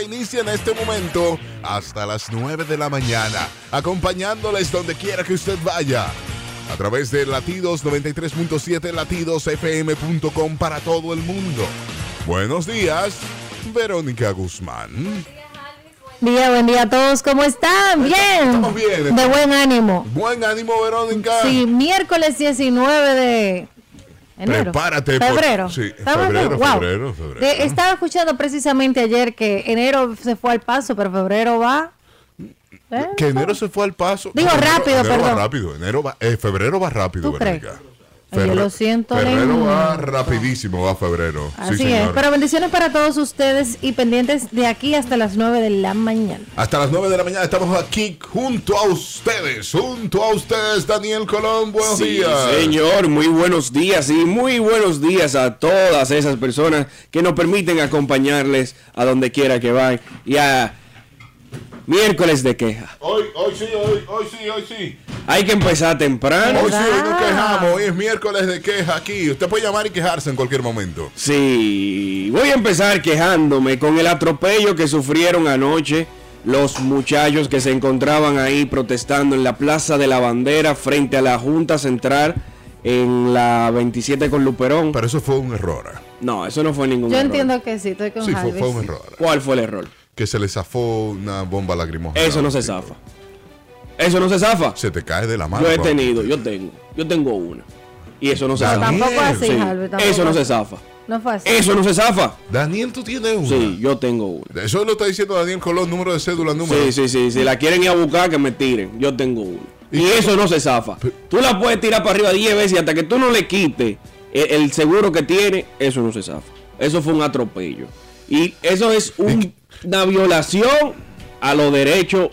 inicia en este momento hasta las 9 de la mañana, acompañándoles donde quiera que usted vaya. A través de latidos 93.7 latidosfm.com para todo el mundo. Buenos días, Verónica Guzmán. Día, buen día a todos, ¿cómo están? Bien. Estamos bien. De buen ánimo. Buen ánimo, Verónica. Sí, miércoles 19 de enero. Prepárate. por- Febrero. sí, Estamos bien, febrero, wow. febrero, febrero. De- estaba escuchando precisamente ayer que enero se fue al paso, pero febrero va. ¿eh? Que enero se fue al paso. Digo, enero- rápido, enero perdón. Va rápido, enero va, eh, febrero va rápido, ¿Tú crees? Verónica. Ay, yo lo siento, Febrero lento. va rapidísimo, va febrero. Sí, Así es. señor. Pero bendiciones para todos ustedes y pendientes de aquí hasta las 9 de la mañana. Hasta las 9 de la mañana estamos aquí junto a ustedes, junto a ustedes, Daniel Colón. Buenos Sí, días. señor, muy buenos días y muy buenos días a todas esas personas que nos permiten acompañarles a donde quiera que van y a miércoles de queja. Hoy, hoy sí, hoy, hoy sí, hoy sí. Hay que empezar temprano. Hoy sí, hoy nos ¿Verdad? quejamos. Hoy es miércoles de queja aquí. Usted puede llamar y quejarse en cualquier momento. Sí, voy a empezar quejándome con el atropello que sufrieron anoche los muchachos que se encontraban ahí protestando en la Plaza de la Bandera frente a la Junta Central en la 27 con Luperón. Pero eso fue un error. ¿eh? No, eso no fue ningún Yo error. entiendo que sí, estoy con Sí, fue, Jalvis. fue un error. ¿Cuál fue el error? Que se le zafó una bomba lacrimógena. Eso no se Tipo, zafa. Eso no se zafa. Se te cae de la mano. Yo he papi. tenido, yo tengo, yo tengo una. Y eso no se zafa. Daniel. Tampoco así, Sí, Jalvis, tampoco Eso no se así. zafa. No fue así. Eso no se zafa. Daniel, tú tienes una. Sí, yo tengo una. Eso lo está diciendo Daniel Colón, número de cédula, número. Sí, sí, sí. Si la quieren ir a buscar, que me tiren. Yo tengo una. ¿Y Y eso no se zafa. Tú la puedes tirar para arriba 10 veces y hasta que tú no le quites el, el seguro que tiene, eso no se zafa. Eso fue un atropello. Y eso es un- una violación a los derechos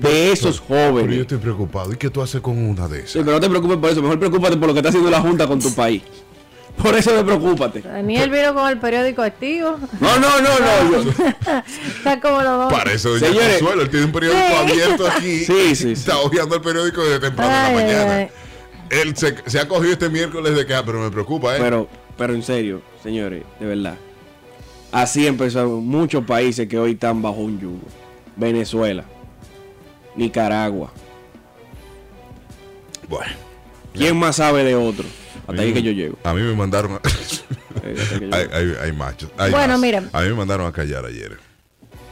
de esos Pero yo jóvenes. estoy preocupado. ¿Y qué tú haces con una de Sí, esas? pero no te preocupes por eso. Mejor preocúpate por lo que está haciendo la Junta con tu país. Por eso te preocúpate. Daniel vino con el periódico activo. No, no, no, no. yo- Está como los dos. Para eso, doña Señores. Consuelo, él tiene un periódico Sí. abierto aquí. Sí, sí, sí. Está hojeando el periódico desde temprano Ay, en la mañana. ay, Él se, se ha cogido este miércoles de queja, pero me preocupa, ¿eh? Pero, pero en serio, señores, de verdad. Así empezaron muchos países que hoy están bajo un yugo. Venezuela, Nicaragua. bueno. ¿Quién más sabe de otro? Hasta ahí mí- que yo llego. A mí me mandaron. A... Eh, hasta que yo hay, llego. hay- hay machos. hay Bueno, más. miren. A mí me mandaron a callar ayer.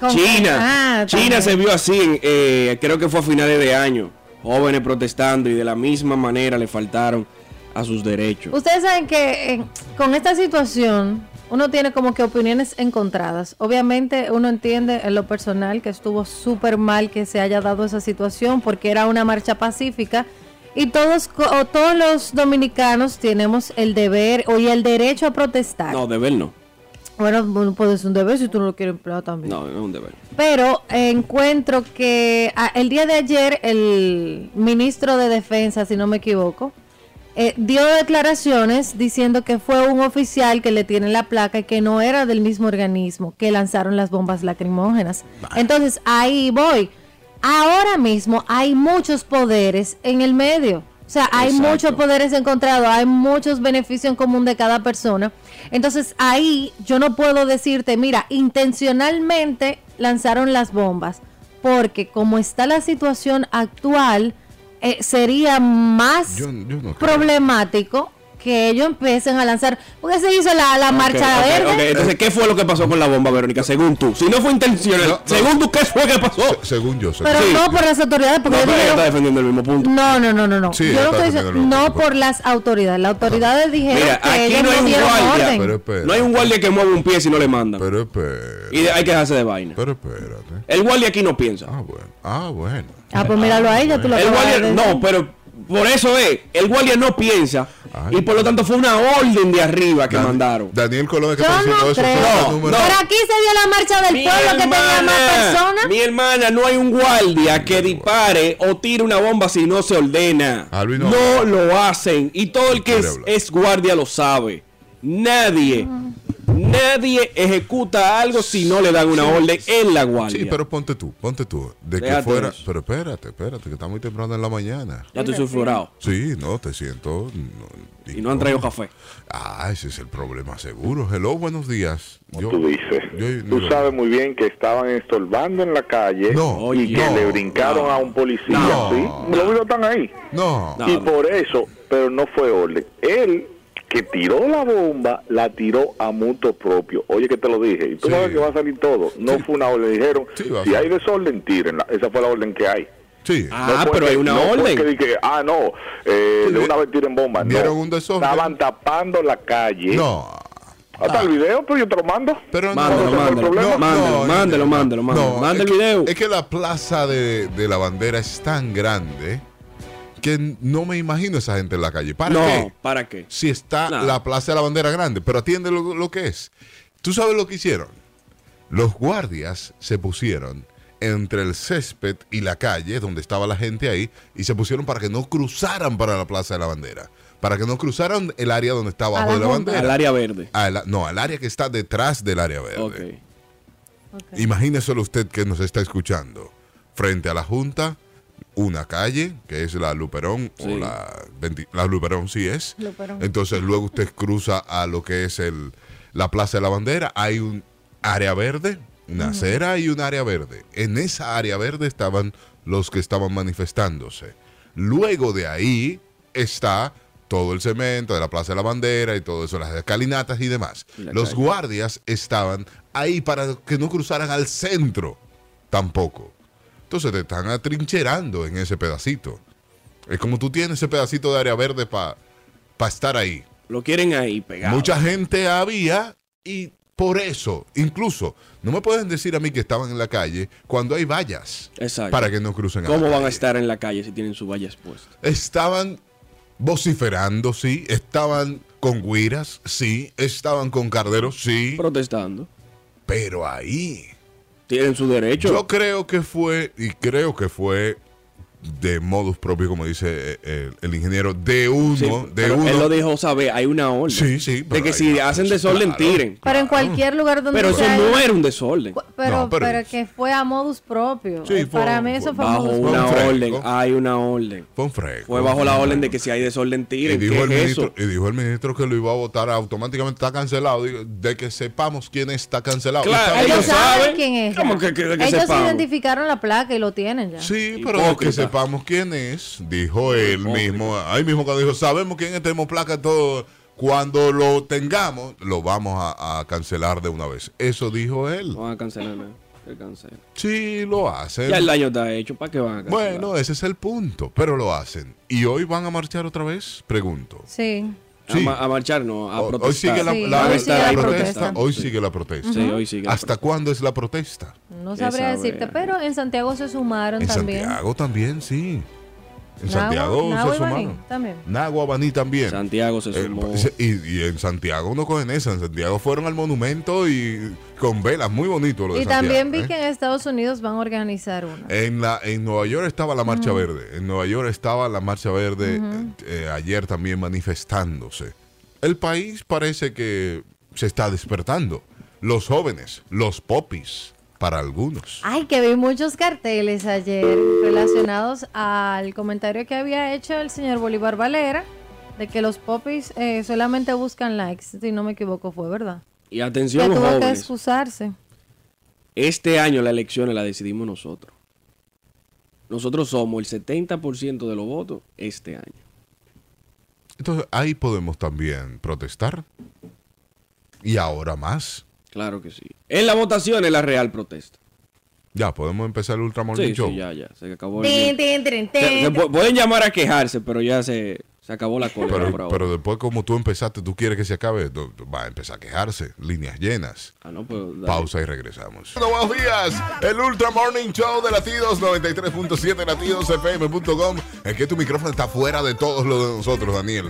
con- China. Ah, China también. se vio así, en, eh, creo que fue a finales de año. Jóvenes protestando y de la misma manera le faltaron a sus derechos. Ustedes saben que eh, con esta situación uno tiene como que opiniones encontradas. Obviamente uno entiende en lo personal que estuvo súper mal que se haya dado esa situación porque era una marcha pacífica y todos co- o todos los dominicanos tenemos el deber o y el derecho a protestar. No, deber no. Bueno, bueno, puede ser un deber si tú no lo quieres emplear también. No, no es un deber. Pero eh, encuentro que ah, el día de ayer el ministro de Defensa, si no me equivoco, eh, dio declaraciones diciendo que fue un oficial que le tiene la placa y que no era del mismo organismo que lanzaron las bombas lacrimógenas. Entonces, ahí voy. Ahora mismo hay muchos poderes en el medio. O sea, hay Exacto. muchos poderes encontrados, hay muchos beneficios en común de cada persona. Entonces ahí yo no puedo decirte, mira, intencionalmente lanzaron las bombas, porque como está la situación actual, eh, sería más Yo- yo no creo. problemático que ellos empiecen a lanzar, porque se hizo la, la marcha Ok, ok, verde. ok. Entonces, ¿qué fue lo que pasó con la bomba, Verónica? Según tú. Si no fue intencional, No, no. según tú, ¿qué fue que pasó? Se- según yo, según Pero Sí. no por las autoridades, No, porque yo pero ella digo- está defendiendo el mismo punto. No, no, no, no, no. Sí, Yo ella lo está que dice- defendiendo lo no mismo. por las autoridades. Las autoridades dijeron Mira, que aquí ellos no hay no un dieron guardia, orden. Pero espérate. No hay un guardia que mueva un pie si no le mandan. Pero espérate. Y de- hay que dejarse de vaina. Pero espérate. El guardia aquí no piensa. Ah, bueno. Ah, bueno. Ah, pues míralo a ella, tú lo El acabas guardia, de decir. no, pero por eso es. El guardia no piensa. Ay. Y por lo tanto fue una orden de arriba que Dan- mandaron. Daniel Colón es que Yo está diciendo no eso. creo. falta No, número- no. Pero aquí se dio la marcha del pueblo que tenía más personas. mi hermana, no hay un guardia que dispare o tire una bomba si no se ordena. Alvin, no. no. lo hacen. Y todo el que Quiere es, hablar. es guardia lo sabe. Nadie, nadie ejecuta algo si no le dan una orden en la guardia. Sí, pero ponte tú, ponte tú. De que Déjate fuera. eso. Pero espérate, espérate, que está muy temprano en la mañana. Ya estoy sulfurado. Sí, no, te siento. no, y no han traído café. Ah, ese es el problema seguro. Hello, buenos días. Yo, tú dices. Yo, tú no, sabes muy bien que estaban estorbando en la calle no, y que no, le brincaron a un policía. ¿sí? Los vio están ahí. No. Y por eso, pero no fue orden. Él que tiró la bomba, la tiró a mutuo propio. Oye, que te lo dije. Y tú sabes sí. que va a salir todo. No sí. fue una orden. Dijeron, sí, si hay desorden, tírenla. Esa fue la orden que hay. Sí. Ah, no pero que, hay una no pues orden. Que, que, ah, no, eh, de una vez tiren bomba. No, un estaban tapando la calle. No. Hasta ah. el video, pero yo te lo mando. Pero mándalo, no, mándalo, no, mándalo, no, mándalo, mándalo, mándalo, Manda el es video. es que la plaza de, de la bandera es tan grande que no me imagino esa gente en la calle. ¿Para no, qué? ¿para qué? Si está no. la Plaza de la Bandera grande, pero atiende lo, lo, que es. ¿Tú sabes lo que hicieron? Los guardias se pusieron entre el césped y la calle donde estaba la gente ahí y se pusieron para que no cruzaran para la Plaza de la Bandera. Para que no cruzaran el área donde está abajo de la bandera. Al área verde. La, no, al área que está detrás del área verde. Okay. Okay. Imagíneselo usted que nos está escuchando. Frente a la Junta, una calle, que es la Luperón, sí. o la, 20, la Luperón sí es. Luperón. Entonces luego usted cruza a lo que es el, la Plaza de la Bandera, hay un área verde, una uh -huh. acera y un área verde. En esa área verde estaban los que estaban manifestándose. Luego de ahí está todo el cemento de la Plaza de la Bandera y todo eso, las escalinatas y demás. Y los calle. guardias estaban ahí para que no cruzaran al centro tampoco. Entonces te están atrincherando en ese pedacito. Es como tú tienes ese pedacito de área verde para pa estar ahí. Lo quieren ahí pegado. Mucha gente había y por eso, incluso, no me pueden decir a mí que estaban en la calle cuando hay vallas Exacto. para que no crucen. ¿Cómo a la van calle? a estar en la calle si tienen sus vallas puestas? Estaban vociferando, sí. Estaban con guiras, sí. Estaban con carderos, sí. Protestando. Pero ahí, tienen su derecho. Yo creo que fue, y creo que fue de modus propio, como dice eh, el, el ingeniero, de uno, sí, de pero uno. Él lo dejó saber, hay una orden. Sí, sí. De que si hacen desorden, claro, tiren. Pero claro. en cualquier lugar donde Pero eso haya... no era un desorden. Pero, no, pero, pero, que fue a modus propio. eh, Sí, fue, Para mí eso fue, bajo modus una propio. orden, hay una orden. Fue un fresco. Fue bajo la orden de que si hay desorden, tiren. Y dijo, el es ministro, eso? y dijo el ministro que lo iba a votar automáticamente, está cancelado. De que sepamos quién está cancelado. Claro, ellos saben quién es. ¿Cómo que, que, que ellos sepamos? identificaron la placa y lo tienen ya. Sí, pero que sepamos quién es, dijo él Hipócrita. mismo, ahí mismo cuando dijo, sabemos quién es, tenemos placa, todo, cuando lo tengamos, lo vamos a, a cancelar de una vez. Eso dijo él. Van a cancelar, ¿no? Cancela. Sí, lo hacen. Ya el daño está hecho, ¿para qué van a cancelar? Bueno, ese es el punto, pero lo hacen. ¿Y hoy van a marchar otra vez? Pregunto. Sí. Sí. A, ma a, marchar, no, a protestar. Hoy sigue la, sí, la, hoy la, sigue la protesta. protesta. Hoy Sí. sigue la protesta. Sí, hoy sigue la ¿Hasta protesta. cuándo es la protesta? No sabría Esa decirte, vea. pero en Santiago se sumaron en también. Santiago también, sí. En Nagua- Santiago Nagua se y Baní sumaron. también. Nagua, Baní también. Santiago se Eh, sumó. se- y, y en Santiago no cogen esa. En Santiago fueron al monumento y con velas, muy bonito lo de Y Santiago, también vi ¿eh? que en Estados Unidos van a organizar una. En, la, en Nueva York estaba la Marcha Verde. En Nueva York estaba la Marcha Verde eh, eh, ayer también manifestándose. El país parece que se está despertando. Los jóvenes, los popis, para algunos. Ay, que vi muchos carteles ayer relacionados al comentario que había hecho el señor Bolívar Valera de que los popis eh, solamente buscan likes, si no me equivoco fue, ¿verdad? Y Que atención, los tuvo que jóvenes. excusarse. Este año las elecciones las decidimos nosotros. Nosotros somos el 70% de los votos este año. Entonces ahí podemos también protestar. Y ahora más. Claro que sí. En la votación es la real protesta. Ya, podemos empezar el Ultramorning Sí, Show. sí, ya, ya. Se acabó el Tin, día. tin, tin, tin. Se- se pu- pueden llamar a quejarse, pero ya se, se acabó la cólera Pero, por ahora. pero después como tú empezaste, tú quieres que se acabe, tú- tú va a empezar a quejarse. Líneas llenas. Ah, no, pues, dale. Pausa y regresamos. buenos días. El Ultra Morning Show de Latidos 93.7 latidosfm.com. Es que tu micrófono está fuera de todos los de nosotros, Daniel.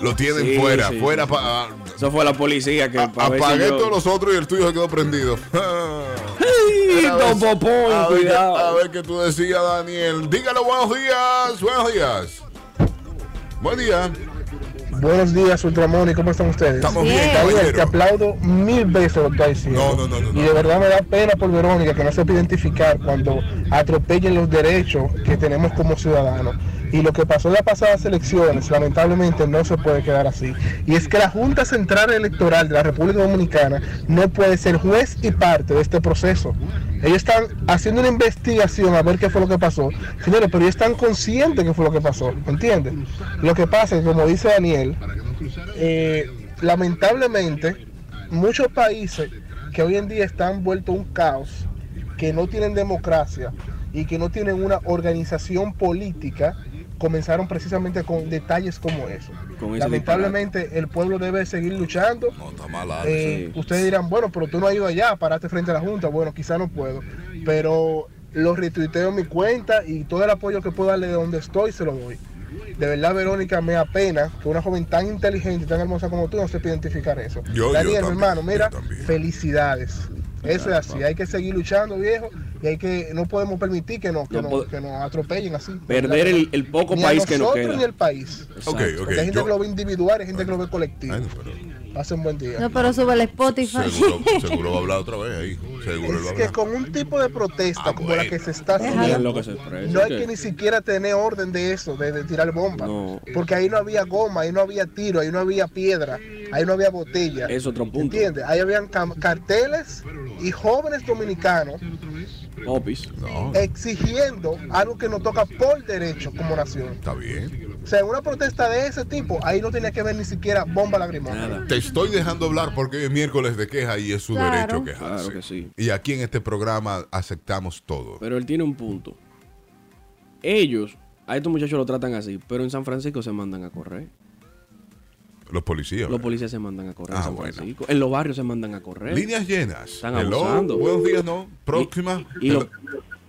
Lo tienen Sí, fuera, sí, fuera sí, pa- Eso fue la policía que a- pa' ver si apagué yo- todos los otros y el tuyo se quedó prendido. ¡Ey, Era don vez- Popón, a ver, qué- cuidado! a ver qué tú decías, Daniel. Dígalo, buenos días, buenos días. Buen día. Buenos días, Ultramoni, ¿cómo están ustedes? Estamos Bien. bien, Daniel, te caballero. aplaudo mil veces lo que estás diciendo. No, no, no, no, Y no. de verdad me da pena por Verónica que no sepa identificar cuando atropellen los derechos que tenemos como ciudadanos. Y lo que pasó en las pasadas elecciones, lamentablemente, no se puede quedar así. Y es que la Junta Central Electoral de la República Dominicana no puede ser juez y parte de este proceso. Ellos están haciendo una investigación a ver qué fue lo que pasó. Señores, pero ellos están conscientes que fue lo que pasó, ¿entienden? Lo que pasa es, como dice Daniel, eh, lamentablemente, muchos países que hoy en día están vueltos un caos, que no tienen democracia y que no tienen una organización política, comenzaron precisamente con detalles como eso. Con ese Lamentablemente el pueblo debe seguir luchando. Eh, Ustedes dirán, bueno, pero tú no has ido allá, paraste frente a la Junta. Bueno, quizá no puedo, pero lo retuiteo en mi cuenta y todo el apoyo que puedo darle de donde estoy se lo doy. De verdad, Verónica, me apena que una joven tan inteligente, tan hermosa como tú no sepa identificar eso. Yo- yo Daniel, mi también, hermano, yo mira, también. felicidades. Eso es así, hay que seguir luchando, viejo, y hay que no podemos permitir que nos, que No nos- pod- que nos atropellen así. Perder el, el poco Ni a país que nos nosotros queda. ni el país. Ok, Exacto. ok. Porque hay gente yo- que lo ve individual, hay gente que lo ve colectivo. Ay, no, pero Pasen buen día. No, pero sube el Spotify. seguro, seguro va a hablar otra vez ahí. Seguro va a es que hablar. con un tipo de protesta Ah, como bueno. la que se está Déjalo. Miren haciendo, lo que se expresa, no hay ¿qué? que ni siquiera tener orden de eso, de, de tirar bomba. No. Porque ahí no había goma, ahí no había tiro, ahí no había piedra, ahí no había botella. Es otro punto. ¿Entiendes? Ahí habían cam- carteles y jóvenes dominicanos Popis. No, exigiendo algo que nos toca por derecho como nación. está bien. O sea, en una protesta de ese tipo, ahí no tenía que ver ni siquiera bomba lagrimógena. Nada. Te estoy dejando hablar porque hoy es miércoles de queja y es su Claro. derecho quejarse. Claro que sí. Y aquí en este programa aceptamos todo. Pero él tiene un punto. Ellos, a estos muchachos lo tratan así, pero en San Francisco se mandan a correr. Los policías. Los policías se mandan a correr Ah, en San bueno. Francisco. En los barrios se mandan a correr. Líneas llenas. Están Hello, abusando. Buenos días, ¿no? Próxima. Y lo-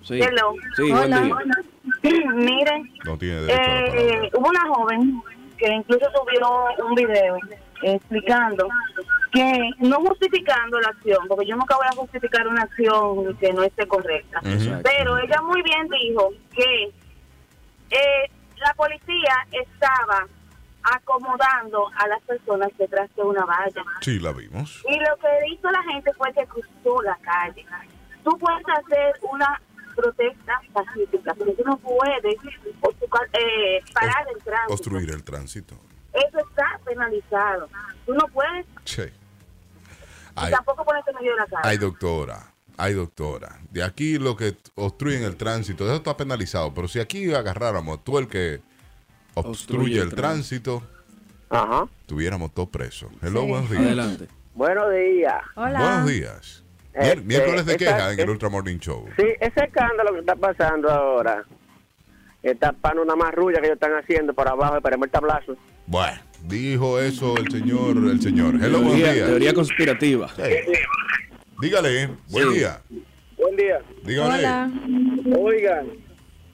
sí. Hello. Sí, buen Hola. día. Miren, No tiene derecho a la palabra. eh, hubo una joven que incluso subió un video eh, explicando que no justificando la acción, porque yo nunca voy a justificar una acción que no esté correcta, Exacto. pero ella muy bien dijo que eh, la policía estaba acomodando a las personas detrás de una valla. Eh. Sí, la vimos. Y lo que hizo la gente fue que cruzó la calle. Tú puedes hacer una protesta pacífica, pero tú no puedes obstucar- eh, parar el tránsito. Obstruir el tránsito. Eso está penalizado. Tú no puedes Che. y Ay, tampoco ponerte en medio de la calle. ay, doctora. Ay, doctora. De aquí lo que obstruyen el tránsito, eso está penalizado. Pero si aquí agarráramos tú el que obstruye, Obstruye el, el tránsito, Ajá. tuviéramos todos presos. Hello, Sí. buenos días. Adelante. Buenos días. Hola. Buenos días. Eh, Mier- miércoles de eh, queja esa- en el eh, Ultra Morning Show. Sí, ese escándalo que está pasando ahora, está tapando una marrulla que ellos están haciendo por abajo y para el tablazo. Bueno, dijo eso el señor, el señor. Hello, buenos Teoría, días. teoría conspirativa. Sí. Dígale, eh. buen Sí. día. Buen día. Dígale. Hola. Oigan,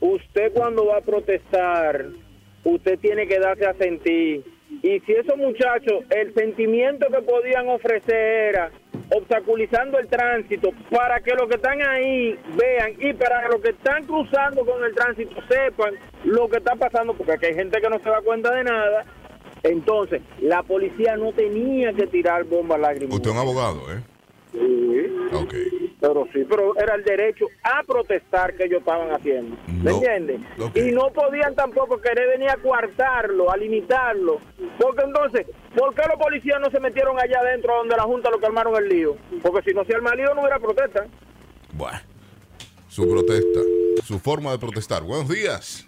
usted cuando va a protestar, usted tiene que darse a sentir. Y si esos muchachos, el sentimiento que podían ofrecer era obstaculizando el tránsito para que los que están ahí vean y para que los que están cruzando con el tránsito sepan lo que está pasando, porque aquí hay gente que no se da cuenta de nada. Entonces, la policía no tenía que tirar bombas lágrimas. Usted es un abogado, ¿eh? Ok. Pero sí, pero era el derecho a protestar que ellos estaban haciendo. ¿Me No. entiendes? Ok. Y no podían tampoco querer venir a coartarlo, a limitarlo. Porque entonces, ¿por qué los policías no se metieron allá adentro donde la Junta lo que armaron el lío? Porque si no se arma el lío, no hubiera protesta. Bueno. Su protesta, su forma de protestar. Buenos días.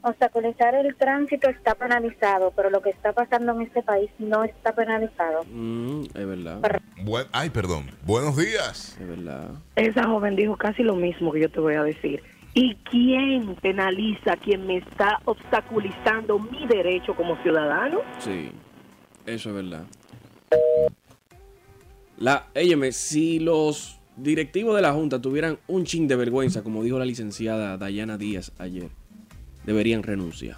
Obstaculizar el tránsito está penalizado, pero lo que está pasando en este país no está penalizado. Mm, es verdad. Buen- Ay, perdón. Buenos días. Es verdad. Esa joven dijo casi lo mismo que yo te voy a decir. ¿Y quién penaliza a quien me está obstaculizando mi derecho como ciudadano? Sí, eso es verdad. La, óyeme, si los directivos de la Junta tuvieran un chin de vergüenza, como dijo la licenciada Dayana Díaz ayer, deberían renunciar.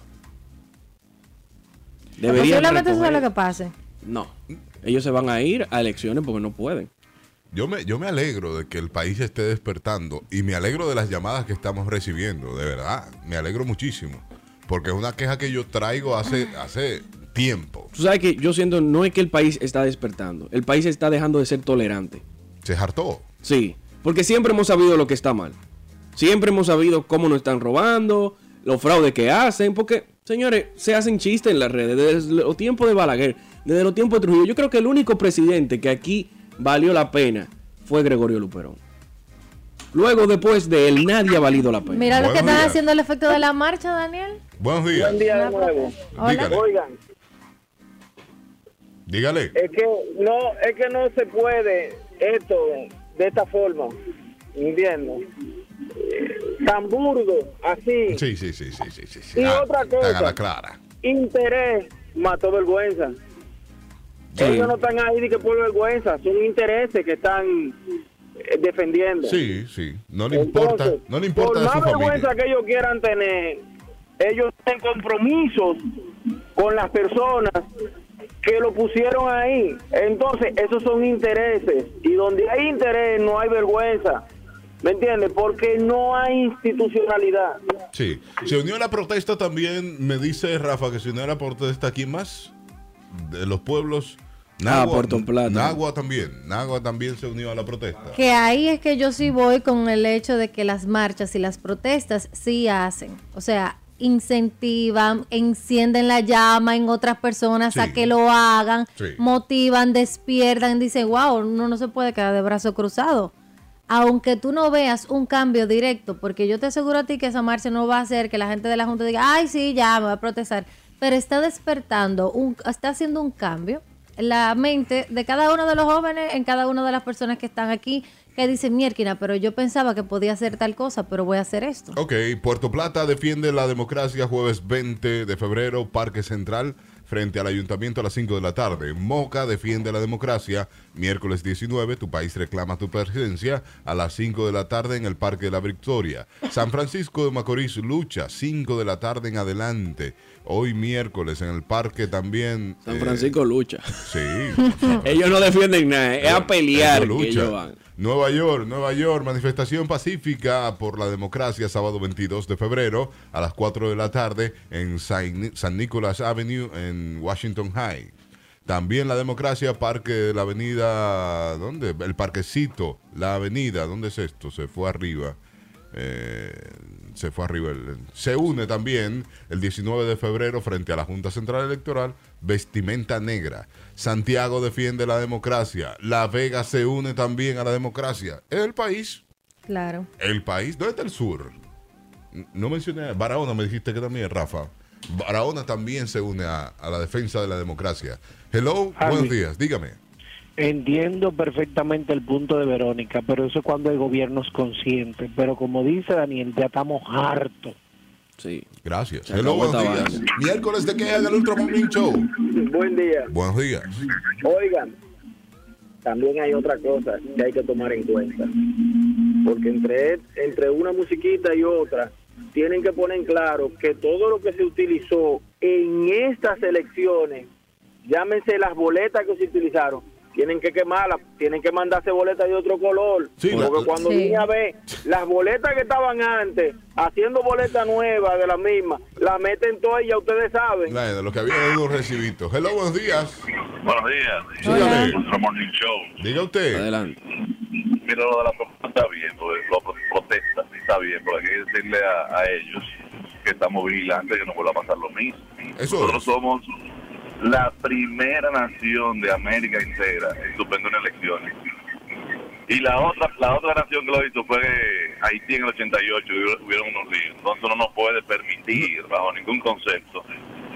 Deberían Posiblemente eso es lo recoger- que pase. No, ellos se van a ir a elecciones porque no pueden. Yo me, yo me alegro de que el país esté despertando y me alegro de las llamadas que estamos recibiendo, de verdad. Me alegro muchísimo. Porque es una queja que yo traigo hace, hace tiempo. Tú sabes que yo siento, no es que el país está despertando, el país está dejando de ser tolerante. Se hartó. Sí, porque siempre hemos sabido lo que está mal. Siempre hemos sabido cómo nos están robando, los fraudes que hacen, porque, señores, se hacen chistes en las redes, desde los tiempos de Balaguer, desde los tiempos de Trujillo. Yo creo que el único presidente que aquí valió la pena fue Gregorio Luperón. Luego, después de él, nadie ha valido la pena. Mira lo que están haciendo el efecto de la marcha, Daniel. Buenos días. Buen día de nuevo. Hola. Dígale. Oigan, Dígale. es que no, es que no se puede esto de esta forma, ¿entiendes? Eh, Tan burdo, así. Sí, sí, sí, sí, sí, sí, sí. Y Ah, otra cosa. está a la clara. interés mató vergüenza. Sí. Ellos no están ahí de que por vergüenza, son intereses que están eh, defendiendo. Sí, sí. No le importa, Entonces, no le por importa a más su vergüenza familia. que ellos quieran tener, ellos tienen compromisos con las personas que lo pusieron ahí. Entonces, esos son intereses. Y donde hay interés, no hay vergüenza. ¿Me entiendes? Porque no hay institucionalidad. Sí. Se unió a la protesta también, me dice Rafa, que se unió a la protesta aquí más de los pueblos. Ah, Puerto Plata. Nagua también. Nagua también se unió a la protesta. Que ahí es que yo sí voy con el hecho de que las marchas y las protestas sí hacen. O sea, incentivan, encienden la llama en otras personas a que lo hagan, Sí. motivan, despiertan, dicen, wow, uno no se puede quedar de brazo cruzado. Aunque tú no veas un cambio directo, porque yo te aseguro a ti que esa marcha no va a hacer que la gente de la Junta diga, ay, sí, ya me va a protestar. Pero está despertando, un, está haciendo un cambio en la mente de cada uno de los jóvenes, en cada una de las personas que están aquí, que dicen, mierquina, pero yo pensaba que podía hacer tal cosa, pero voy a hacer esto. Ok, Puerto Plata defiende la democracia jueves 20 de febrero, Parque Central, frente al Ayuntamiento a las 5 de la tarde. Moca defiende la democracia, miércoles 19, tu país reclama tu presencia, a las 5 de la tarde en el Parque de la Victoria. San Francisco de Macorís lucha, 5 de la tarde en adelante. Hoy miércoles en el parque también. San eh, Francisco lucha. Sí. ellos no defienden nada, es eh, a pelear Ellos que luchan. ellos van. Nueva York, Nueva York, manifestación pacífica por la democracia, sábado 22 de febrero a las 4 de la tarde en San, Ni- San Nicolás Avenue en Washington High. También la democracia, parque de la avenida, ¿dónde? El parquecito, la avenida, ¿dónde es esto? Se fue arriba. Eh, se fue arriba. el- el- se une también el 19 de febrero frente a la Junta Central Electoral, vestimenta negra. Santiago defiende la democracia. La Vega se une también a la democracia. Es el país. Claro. El país. ¿Dónde está el sur? N- No mencioné. Barahona me dijiste que también, Rafa. Barahona también se une a, a la defensa de la democracia. Hello, buenos días. Dígame. Entiendo perfectamente el punto de Verónica, pero eso es cuando hay gobiernos conscientes. Pero como dice Daniel, ya estamos hartos. Sí. Gracias. Se Hello, acabó buenos esta días. Miércoles de queja del Ultra Morning Show. Buen día. Buenos días. Oigan, también hay otra cosa que hay que tomar en cuenta. Porque entre, entre una musiquita y otra, tienen que poner en claro que todo lo que se utilizó en estas elecciones, llámense las boletas que se utilizaron, tienen que quemarlas, tienen que mandarse boletas de otro color. Sí, la- porque cuando Sí. vine a ver las boletas que estaban antes, haciendo boletas nuevas de las mismas, las meten todas y ya ustedes saben. La- de lo que había de unos recibitos. Hello, buenos días. Buenos días. Dígame. Ultra Morning Show. Diga usted. Adelante. Mira, lo de la protesta está bien, lo de la pro- protesta está bien, pero hay que decirle a, a ellos que estamos vigilantes que no vuelva a pasar lo mismo. Nosotros somos la primera nación de América entera en suspender unas elecciones. Y la otra la otra nación que lo hizo fue Haití en el 88, hubo- hubieron unos líos. Entonces uno no puede permitir, bajo ningún concepto,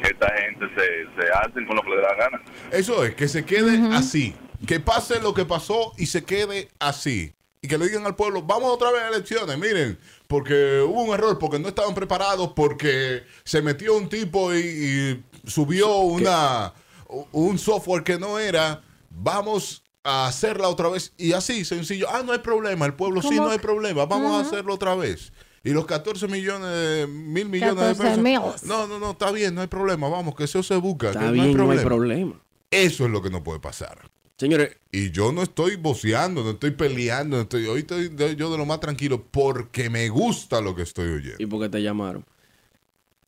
que esta gente se, se alcen con lo que le da la gana. Eso es, que se quede así. Que pase lo que pasó y se quede así. Y que le digan al pueblo, vamos otra vez a elecciones, miren, porque hubo un error, porque no estaban preparados, porque se metió un tipo y, y subió una u- un software que no era, vamos a hacerla otra vez. Y así, sencillo, ah, no hay problema, el pueblo sí, ¿Cómo no hay que- problema, vamos a Ajá. hacerlo otra vez. Y los 14 millones, de- mil millones 14 de mil. pesos. No, no, no, está bien, no hay problema, vamos, que eso se busca. Está que bien, no no hay hay problema. Eso es lo que no puede pasar. Señores. Y yo no estoy voceando, no estoy peleando, no estoy, hoy estoy de- yo de lo más tranquilo porque me gusta lo que estoy oyendo. ¿Y por qué te llamaron?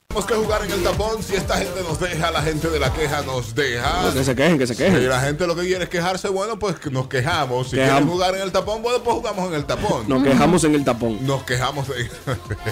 Tenemos que jugar en el tapón. Si esta gente nos deja, la gente de la queja nos deja. Que se quejen, que se quejen. Si Ah. la gente lo que quiere es quejarse, bueno, pues que nos quejamos. Si Quejamos. quieren jugar en el tapón, bueno, pues jugamos en el tapón. Nos quejamos en el tapón. Nos quejamos. de-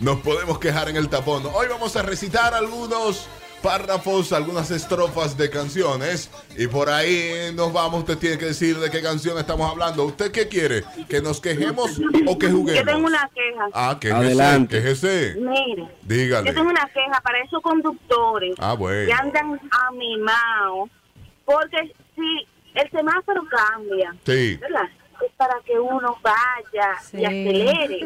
nos podemos quejar en el tapón. Hoy vamos a recitar algunos párrafos, algunas estrofas de canciones. Y por ahí nos vamos. Usted tiene que decir de qué canción estamos hablando. ¿Usted qué quiere? ¿Que nos quejemos o que Yo tengo juguemos? una queja. Ah, que Adelante. Quejese. Mire, Dígale. yo tengo una queja para esos conductores Ah, bueno. que andan amimados, porque si el semáforo cambia, Sí. ¿verdad? Es para que uno vaya Sí. y acelere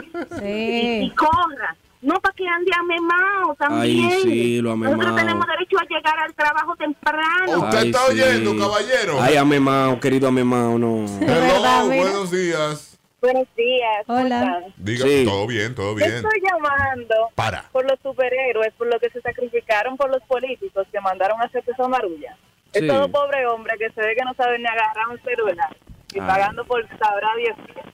y, y corra. No para que ande amemado también. Ay, sí, lo Nosotros amemao. tenemos derecho a llegar al trabajo temprano. ¿Usted está oyendo, caballero? Ay, amemao, querido amemao, no. Hello, buenos días. Buenos días. Hola. Dígame, todo bien, todo Yo bien. estoy llamando Para. por los superhéroes, por los que se sacrificaron por los políticos que mandaron a hacer esa marulla. Sí. Estos dos pobres hombres que se ve que no saben ni agarrar un celular y Ay. pagando por sabrá Dios qué.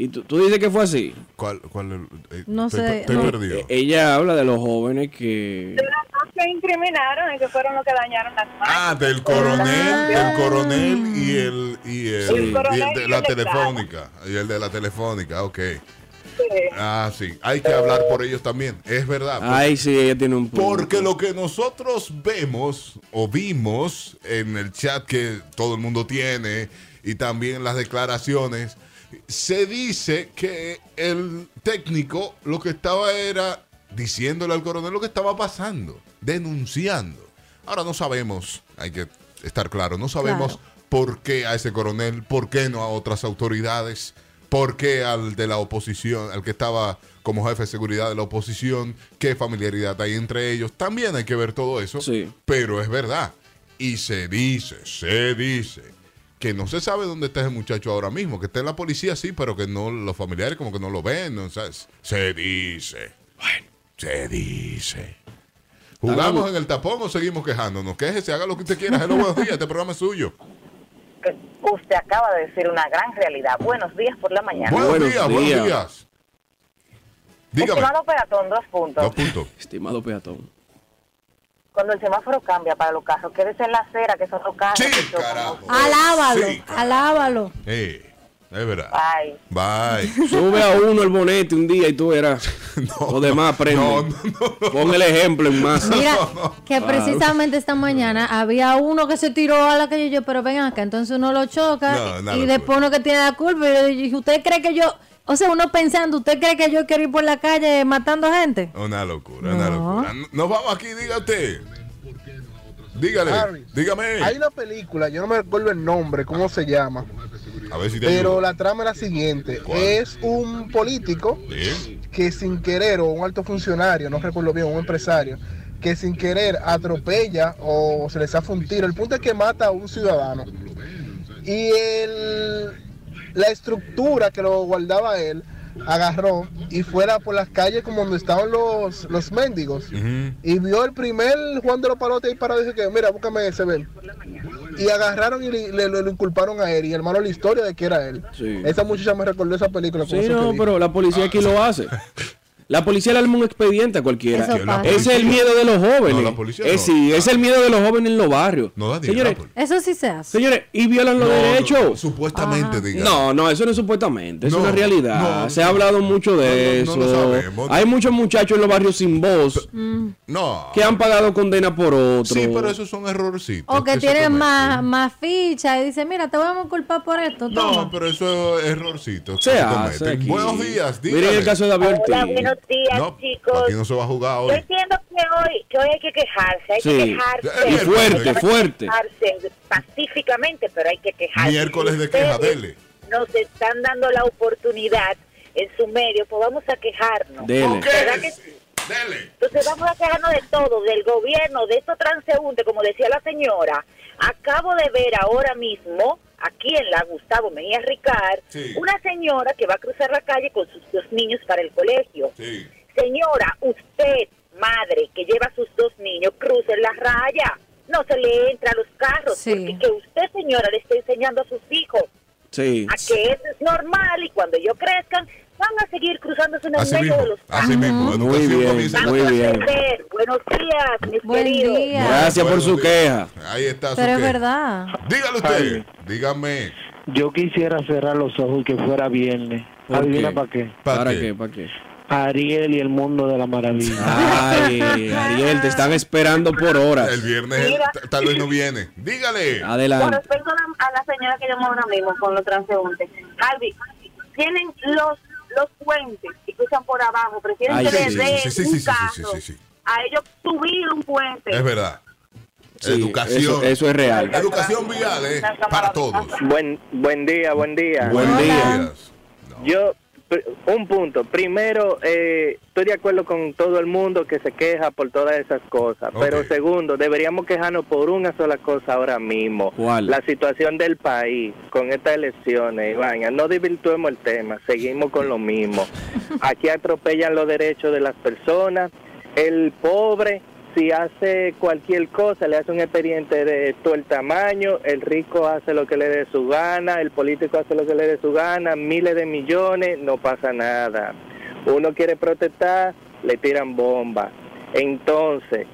¿Y tú, tú dices que fue así? E, ¿Cuál? cuál eh, No estoy- sé, estoy no. perdido. ella habla de los jóvenes que... Pero no se incriminaron y que fueron los que dañaron las Ah, del coronel, del Mm. coronel y el, y el, Sí. y el de la El coronel y el de telefónica. Y el de la telefónica, ok. Sí. Ah, sí. Hay que hablar por ellos también. Es verdad. Ay, sí, ella tiene un punto. Porque lo que nosotros vemos o vimos en el chat que todo el mundo tiene y también las declaraciones, se dice que el técnico lo que estaba era diciéndole al coronel lo que estaba pasando, denunciando. Ahora no sabemos, hay que estar claro, no sabemos por qué a ese coronel, por qué no a otras autoridades, por qué al de la oposición, al que estaba como jefe de seguridad de la oposición, qué familiaridad hay entre ellos. También hay que ver todo eso, pero es verdad. Y se dice, se dice que no se sabe dónde está ese muchacho ahora mismo, que está en la policía sí, pero que no los familiares como que no lo ven, no sabes. Se dice. Bueno, se dice. ¿Jugamos en el tapón o seguimos quejándonos? Quéjese, haga lo que usted quiera. Hello, buenos días, este programa es suyo. Usted acaba de decir una gran realidad. Buenos días por la mañana. Buenos, días, buenos días. Dígame. Estimado peatón, dos puntos. Dos puntos. Estimado peatón. Cuando el semáforo cambia para los carros, quédese en la acera, que son los carros. que chocan. Alábalo, alábalo. Eh, es verdad. Ay. Bye. Sube a uno el bonete un día y tú verás. Los demás aprenden. Pon el ejemplo en masa. Mira, que precisamente esta mañana había uno que se tiró a la calle y yo, pero ven acá, entonces uno lo choca No, nada y que después uno que tiene la culpa y yo dije, ¿usted cree que yo, o sea, uno pensando, ¿usted cree que yo quiero ir por la calle matando gente? Una locura, una locura. Nos vamos aquí, dígate. Dígale, Harry, dígame. Hay una película, yo no me acuerdo el nombre, cómo se llama, A ver si te pero ayudo. la trama es la siguiente. Es un político Bien. que sin querer, o un alto funcionario, no recuerdo bien, un empresario, que sin querer atropella o se les hace un tiro. El punto es que mata a un ciudadano. Y el, la estructura que lo guardaba él agarró y fuera por las calles como donde estaban los, los mendigos. Y vio el primer Juan de los Palotes ahí parado y dice que, mira, búscame ese ven. Y agarraron y le, le- lo inculparon a él. Y hermano, la historia de que era él. Sí. Esa muchacha me recordó esa película. con Ah, Sí, eso que no, pues. dijo. pero la policía aquí lo hace. Ah. La policía le arma un expediente a cualquiera. Eso pasa. Ese es el miedo de los jóvenes. No, la policía Eh, no. sí, es el miedo de los jóvenes en los barrios. dinero, Señores, Eso sí se hace. señores, y violan los No, no, derechos. Ah. supuestamente, diga. No, no, eso no es supuestamente, es No, una realidad. no, Se ha hablado mucho de no, eso. no lo sabemos. Hay muchos muchachos en los barrios sin voz Mm. No. que han pagado condena por otro. Sí, pero esos son errorcitos. O que que se tiene cometen. más, más fichas y dice, mira, te voy a culpar por esto. No, toma". pero eso es errorcitos. Se que hace cometen. aquí. este. Buenos días, Miren dígale. el caso de Abel Hola, buenos días, No, chicos. aquí no se va a jugar Yo hoy. entiendo que hoy, que hoy hay que quejarse, hay que Sí. quejarse. Y fuerte, Hay que fuerte. quejarse pacíficamente, pero hay que quejarse. Miércoles de Ustedes queja, dele. Nos están dando la oportunidad en su medio, pues vamos a quejarnos. Dele. ¿Verdad que sí? Entonces vamos a quejarnos de todo, del gobierno, de estos transeúntes, como decía la señora. Acabo de ver ahora mismo, aquí en la Gustavo Mejía Ricard, Sí. una señora que va a cruzar la calle con sus dos niños para el colegio. Sí. Señora, usted, madre, que lleva a sus dos niños, cruce la raya. No se le entra a los carros. Porque que usted, señora, le está enseñando a sus hijos Sí. a que eso es normal y cuando ellos crezcan van a seguir cruzando usándose en el Así medio mismo, de los así mismo. Muy Educación bien, comienza en la muy casa. bien. Eh, Buenos días, mis queridos. Gracias por su queja. Ahí está. Pero es queja. verdad. Dígale usted, dígame. Yo quisiera cerrar los ojos y que fuera viernes. ¿Por ¿Adivina qué? para qué? ¿Para qué? ¿Para qué? Ariel y el mundo de la maravilla. Ay, Ariel, te están esperando por horas. El viernes Mira. t- tal vez no viene. Dígale. Con Adelante. respecto a la, a la señora que llamó ahora mismo con los transeúntes, Albi, tienen los los puentes que cruzan por abajo, prefieren Ay, que sí, les sí, den sí, sí, un sí, sí, sí, carro sí, sí, sí. a ellos subir un puente. Es verdad. Sí, Educación. eso- eso es real. Educación vial, eh, para todos. Buen, buen día, buen día. Buen Hola. día. Yo, pr- un punto. Primero, eh, estoy de acuerdo con todo el mundo que se queja por todas esas cosas. Pero segundo, deberíamos quejarnos por una sola cosa ahora mismo. ¿Cuál? La situación del país con estas elecciones, Iván. No divirtuemos el tema, seguimos con lo mismo. Aquí atropellan los derechos de las personas. El pobre, si hace cualquier cosa, le hace un expediente de todo el tamaño. El rico hace lo que le dé su gana. El político hace lo que le dé su gana. Miles de millones, no pasa nada. Uno quiere protestar, le tiran bomba. Entonces,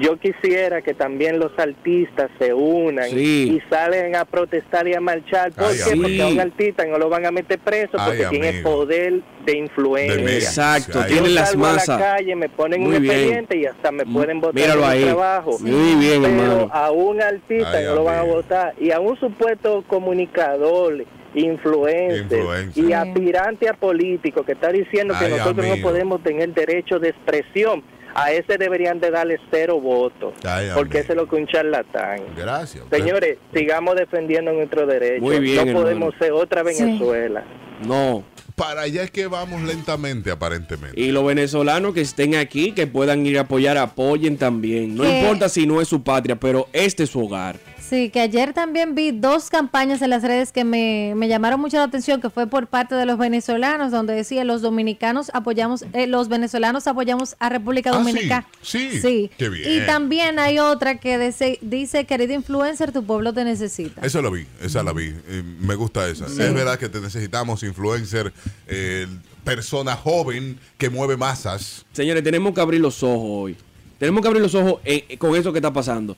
yo quisiera que también los artistas se unan Sí. y salen a protestar y a marchar. ¿Por Ay, qué? amigo. Porque a un artista no lo van a meter preso Ay, porque tiene amigo. poder de influencia. De media. Exacto, Yo tienen las salgo a masas. la calle, me ponen Muy un bien. expediente y hasta me pueden votar míralo de mi ahí. trabajo. Muy bien, Pero hermano. a un artista Ay, no lo van a amigo. votar. Y a un supuesto comunicador, influencer, Influencer. y aspirante a político que está diciendo que Ay, nosotros no amigo. podemos tener derecho de expresión. A ese deberían de darle cero votos, Ay, porque eso es lo que un charlatán. Gracias. Señores, sigamos defendiendo nuestros derechos. Muy bien, no podemos hermano. ser otra Venezuela. No. Para allá es que vamos lentamente, aparentemente. Y los venezolanos que estén aquí, que puedan ir a apoyar, apoyen también. No ¿Qué? importa si no es su patria, pero este es su hogar. Sí, que ayer también vi dos campañas en las redes que me, me llamaron mucho la atención, que fue por parte de los venezolanos, donde decía los dominicanos apoyamos, eh, los venezolanos apoyamos a República Ah, sí, Dominicana. sí, sí. qué bien. Y también hay otra que dice, dice querido influencer, tu pueblo te necesita. Esa la vi, esa la vi. Eh, me gusta esa. Sí. Es verdad que te necesitamos influencer, eh, persona joven que mueve masas. Señores, tenemos que abrir los ojos hoy. Tenemos que abrir los ojos eh, eh, con eso que está pasando.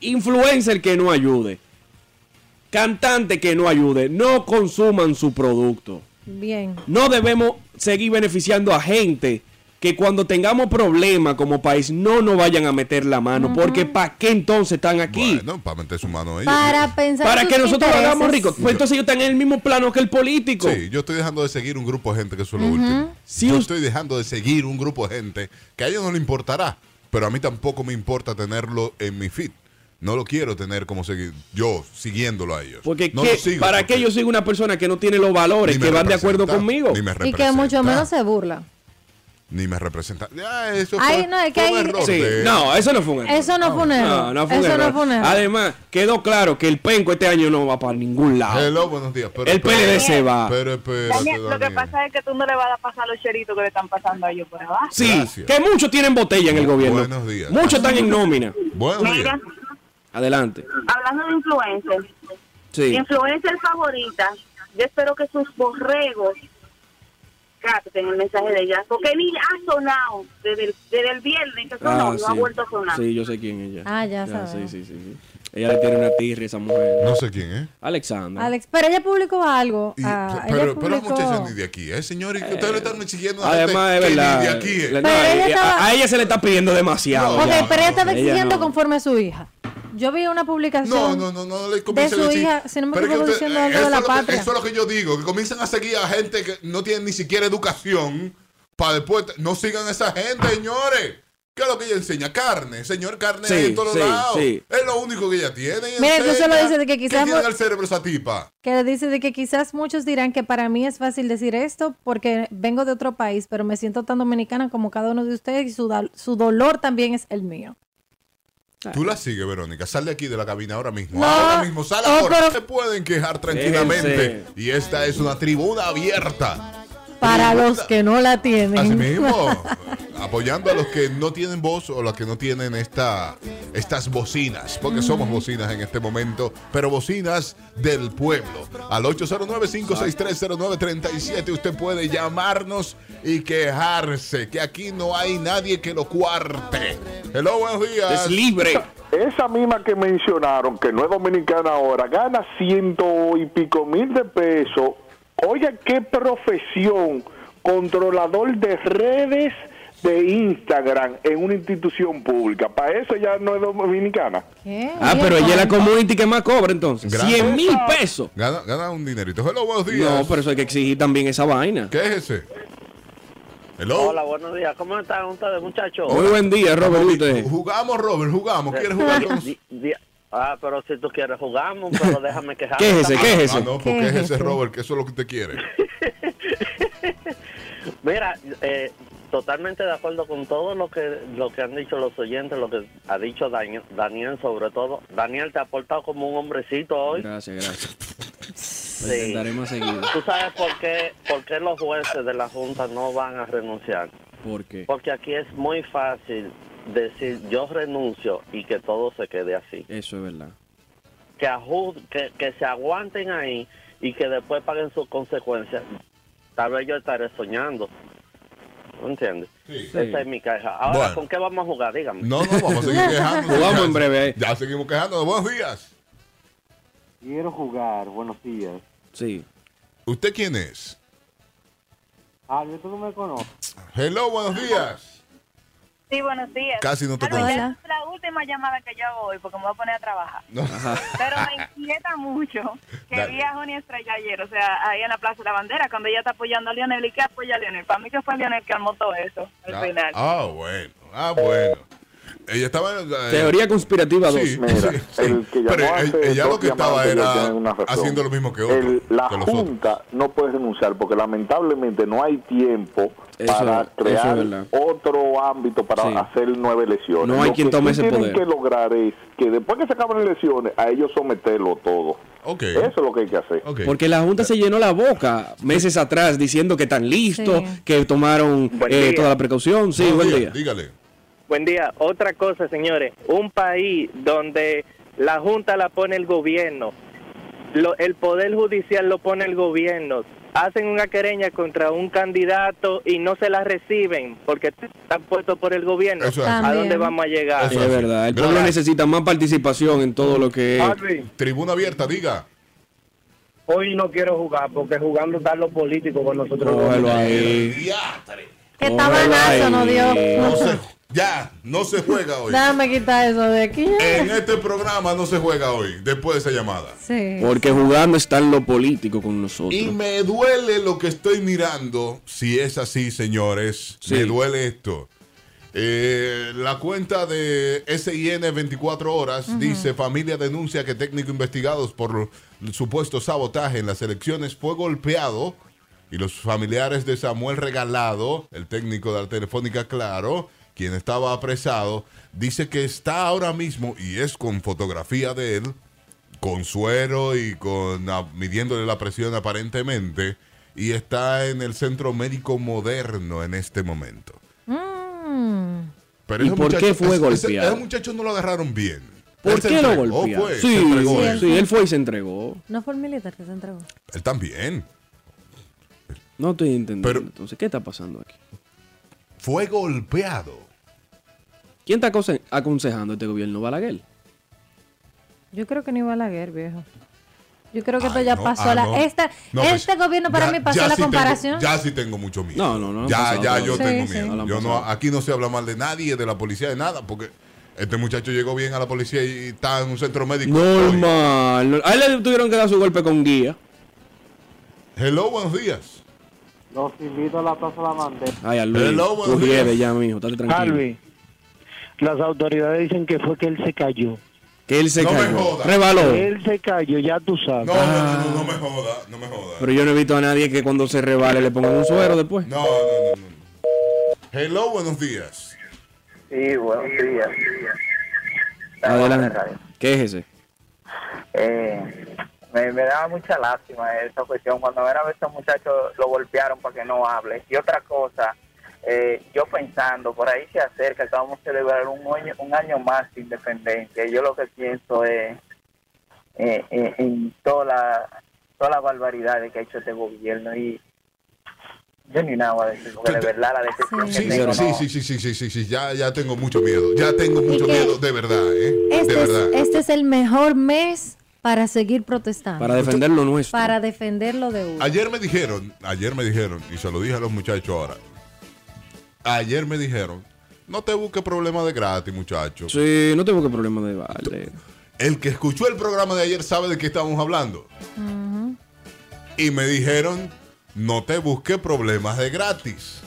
Influencer que no ayude. Cantante que no ayude. No consuman su producto. Bien. No debemos seguir beneficiando a gente que cuando tengamos problemas como país no nos vayan a meter la mano. Porque ¿para qué entonces están aquí? para meter su mano ellos. Para pensar Para en que sus nosotros lo intereses. hagamos ricos. Pues entonces ellos están en el mismo plano que el político. Sí, yo estoy dejando de seguir un grupo de gente que eso es lo Ujú. último. yo estoy dejando de seguir un grupo de gente que a ellos no le importará, pero a mí tampoco me importa tenerlo en mi feed. No lo quiero tener como seguir yo siguiéndolo a ellos. Porque no ¿qué- lo sigo ¿para porque qué yo sigo una persona que no tiene los valores, Ni me que van de acuerdo representa, conmigo? ni me Y que mucho menos se burla. ni me representa. Ya, eso fue, Ay, no, es que fue un hay- error Sí, de- No, eso no fue un error. Eso no fue un No, error. no fue un Eso error. no fue un error. Además, quedó claro que el penco este año no va para ningún lado. Hello, buenos días. Pero, el PLD espérate. se va. Pero espérate, Daniel, lo que Daniel. pasa es que tú no le vas a pasar los cheritos que le están pasando a ellos por abajo. sí, que muchos tienen botella en el gobierno. Buenos días. Muchos están en nómina. Mira, Adelante. hablando de influencers, Sí. influencer favorita, yo espero que sus borregos capten el mensaje de ella, porque ni ha sonado desde el, desde el viernes que sonó, Ah, no sí. ha vuelto a sonar. Sí, yo sé quién es ella. Ah, ya Sí, sabemos. sí, sí, sí. Ella le tiene una tirria a esa mujer. No sé quién es. Alexandra. Alex, pero ella publicó algo. Y- Ah, ella pero, pero publicó... muchachos ni de aquí, ¿eh, señor? Y que ustedes le están exigiendo a Además, es gente que verdad. ni de aquí. ¿eh? la- no, Pero ella a- estaba- A ella se le está pidiendo demasiado. Ok, ya. pero ella estaba Ella exigiendo no. conforme a su hija. Yo vi una No, publicación no, no, no le de comiencen a su decir- hija, si no me Pero es que equivoco, usted- diciendo algo eso de la es lo que- patria. Eso es lo que yo digo, que comienzan a seguir a gente que no tiene ni siquiera educación para después... t- No sigan a esa gente, señores. ¿Qué es lo que ella enseña? Carne, señor, carne Sí, en todos sí, lados. sí. Es lo único que ella tiene. ella Mira, tú solo enseña. dices de que quizás ¿Qué tiene por- el cerebro esa tipa? que le dice de que quizás muchos dirán que para mí es fácil decir esto porque vengo de otro país, pero me siento tan dominicana como cada uno de ustedes y su, da- su dolor también es el mío. Tú la sigues, Verónica. Sal de aquí de la cabina ahora mismo. Ah. No. Ahora mismo, sal Oh, ahora. pero- Se pueden quejar tranquilamente. Déjense. Y esta es una tribuna abierta. Para los que no la tienen. Así mismo. Apoyando a los que no tienen voz o los que no tienen esta, estas bocinas, porque somos bocinas en este momento, pero bocinas del pueblo. Al 809-5630937 usted puede llamarnos y quejarse, que aquí no hay nadie que lo cuarte. Hello, oh, buenos días. Esa misma que mencionaron, que no es dominicana ahora, gana ciento y pico mil de pesos. Oiga, qué profesión, controlador de redes de Instagram en una institución pública. Para eso ya no es dominicana. Ah, pero ella es la community que más cobra entonces. Gracias. 100 mil pesos. Gana, gana un dinerito. Hello, buenos días. No, pero eso hay que exigir también esa vaina. ¿Qué es ese? Hello. Hola, buenos días. ¿Cómo están ustedes, muchachos? Muy buen día, Robert. ¿usted? Jugamos, Robert, jugamos. ¿Quieres jugar Ah, pero si tú quieres jugamos, pero déjame quejar. Ah, no, porque es ese, Robert, que eso es lo que usted quiere. Mira, eh, totalmente de acuerdo con todo lo que lo que han dicho los oyentes, lo que ha dicho Daniel, Daniel sobre todo. Daniel, te ha portado como un hombrecito hoy. Gracias, gracias. Lo Sí. intentaremos seguido. ¿Tú sabes por qué, por qué los jueces de la Junta no van a renunciar? ¿Por qué? Porque aquí es muy fácil decir yo renuncio y que todo se quede así. Eso es verdad. Que, aju- que, que se aguanten ahí y que después paguen sus consecuencias. Tal vez yo estaré soñando. ¿No entiendes? Esa Sí. es mi queja. Ahora, Bueno. ¿con qué vamos a jugar? Dígame. No, no, vamos a seguir quejando. Jugamos en breve ahí. Ya seguimos quejando. Buenos días. Quiero jugar, buenos días. Sí. ¿Usted quién es? Albert, tú no me conoces. Hello, buenos días. Sí, buenos días. Casi no te Ah, conoce. ya es la última llamada que yo hago hoy porque me voy a poner a trabajar. Pero me inquieta mucho que Dale. vi a Joni Estrella ayer, o sea, ahí en la Plaza de la Bandera, cuando ella está apoyando a Lionel. ¿Y qué apoya a Lionel? Para mí que fue Lionel que armó todo eso al Ah, final. ah, bueno, ah, bueno. Ella estaba. en- eh, Teoría conspirativa Sí, 2. sí, sí. Pero ella, ella lo que estaba era haciendo lo mismo que otro. El- la que los otros. Junta no puede renunciar porque lamentablemente no hay tiempo Eso- eso para es crear verdad. otro ámbito para Sí. hacer nueve elecciones. No hay Lo quien que tome sí ese tienen poder. que lograr es que después que se acaben las elecciones, a ellos someterlo todo. Eso es lo que hay que hacer. Porque la Junta se llenó la boca meses atrás diciendo que están listos, Sí. que tomaron Buen eh, día. toda la precaución. Sí, buen día. Dígale. Buen día. Otra cosa, señores. Un país donde la Junta la pone el gobierno, lo- el Poder Judicial lo pone el gobierno, hacen una querella contra un candidato y no se la reciben porque están puestos por el gobierno. Eso es. ¿A dónde También. vamos a llegar? Es verdad. El pueblo necesita más participación en todo lo que Ah, es. Tribuna abierta, diga. Hoy no quiero jugar porque jugando están los políticos con nosotros. Cógelo ahí. Que tabanazo no dio. No se- ya, no se juega hoy. Déjame quitar eso de aquí. En este programa no se juega hoy, después de esa llamada. Sí. Porque jugando está en lo político con nosotros. Y me duele lo que estoy mirando, si es así, señores. Me duele esto. Eh, la cuenta de SIN 24 horas dice, familia denuncia que técnico investigados por supuesto sabotaje en las elecciones fue golpeado y los familiares de Samuel Regalado, el técnico de la Telefónica Claro, quien estaba apresado, dice que está ahora mismo, y es con fotografía de él, con suero y con a- midiéndole la presión aparentemente y está en el centro médico moderno en este momento. Mm. Pero ¿Y ese por qué fue ese- ese- golpeado? Ese muchacho no lo agarraron bien. ¿Por Él se qué lo entregó, golpearon? fue, se Sí, entregó sí, él. sí, él fue y se entregó. No fue el militar que se entregó. Él también. No estoy entendiendo. Entonces, ¿qué está pasando aquí? Fue golpeado. ¿Quién está aconse- aconsejando este gobierno? ¿Balaguer? Yo creo que no iba a la guerra, viejo. Yo creo que esto ya no, pasó ah, la. no. Esta, No, pues, este gobierno para Ya- mí pasó ya la sí comparación. tengo- ya sí tengo mucho miedo. No, no, no lo han Ya, pasado ya todavía. yo Sí, tengo sí. miedo. No lo han yo no, pasado. aquí no se habla mal de nadie, de la policía, de nada, porque este muchacho llegó bien a la policía y está en un centro médico. Normal. no- A él le tuvieron que dar su golpe con guía. Hello, buenos días. Los invito a la Plaza de la Bandera. Ay, Alvin. Hello, Tú buenos días. lleves ya, mijo. Estate tranquilo. Albi, las autoridades dicen que fue que él se cayó. Que él se No me cayó. jodas. Revaló. Él se cayó, ya tú sabes. Pero yo no he visto a nadie que cuando se revale le pongan un suero después. No, no, no, no. Hello, buenos días. Sí, buenos días. Adelante. ¿Qué es ese? Eh, me, me daba mucha lástima esa cuestión. Cuando era a veces muchachos lo golpearon para que no hable. Y otra cosa, eh, yo pensando, por ahí se acerca, acabamos de celebrar un año, un año más de independencia. Yo lo que pienso es eh, eh, en toda la, toda la barbaridad que ha hecho este gobierno y yo ni nada voy a decir, porque de verdad la decepción que Sí, tengo, sí, no. sí, sí, sí, sí, sí, sí, ya, ya tengo mucho miedo, ya tengo mucho miedo, de verdad, ¿eh? Este, de verdad. es, este es el mejor mes para seguir protestando. Para defender lo nuestro. Para defender lo de uno. Ayer me dijeron, ayer me dijeron, y se lo dije a los muchachos ahora. Ayer me dijeron, no te busques problemas de gratis, muchacho. Sí, no tengo que problema de vale. El que escuchó el programa de ayer sabe de qué estamos hablando. Y me dijeron, no te busques problemas de gratis.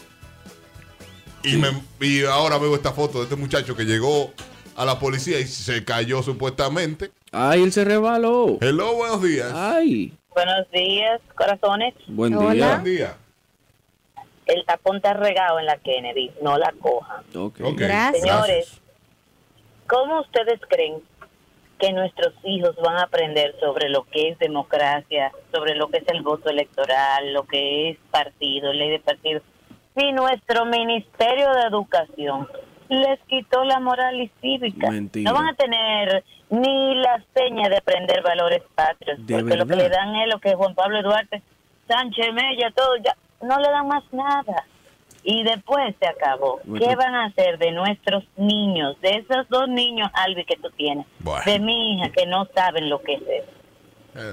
Y, me- y ahora veo esta foto de este muchacho que llegó a la policía y se cayó supuestamente. Ay, él se rebaló. Hello, buenos días. Ay, Buenos días, corazones. buen día. El tapón está regado en la Kennedy, no la coja. Ok. Señores, ¿cómo ustedes creen que nuestros hijos van a aprender sobre lo que es democracia, sobre lo que es el voto electoral, lo que es partido, ley de partido? Si nuestro Ministerio de Educación les quitó la moral y cívica, Mentira. no van a tener ni la seña de aprender valores patrios, De porque lo que verdad. le dan es lo que Juan Pablo Duarte, Sánchez Mella, todo, ya no le dan más nada y después se acabó. Bueno. ¿Qué van a hacer de nuestros niños, de esos dos niños, Albi, que tú tienes, de mi hija, que no saben lo que es eso?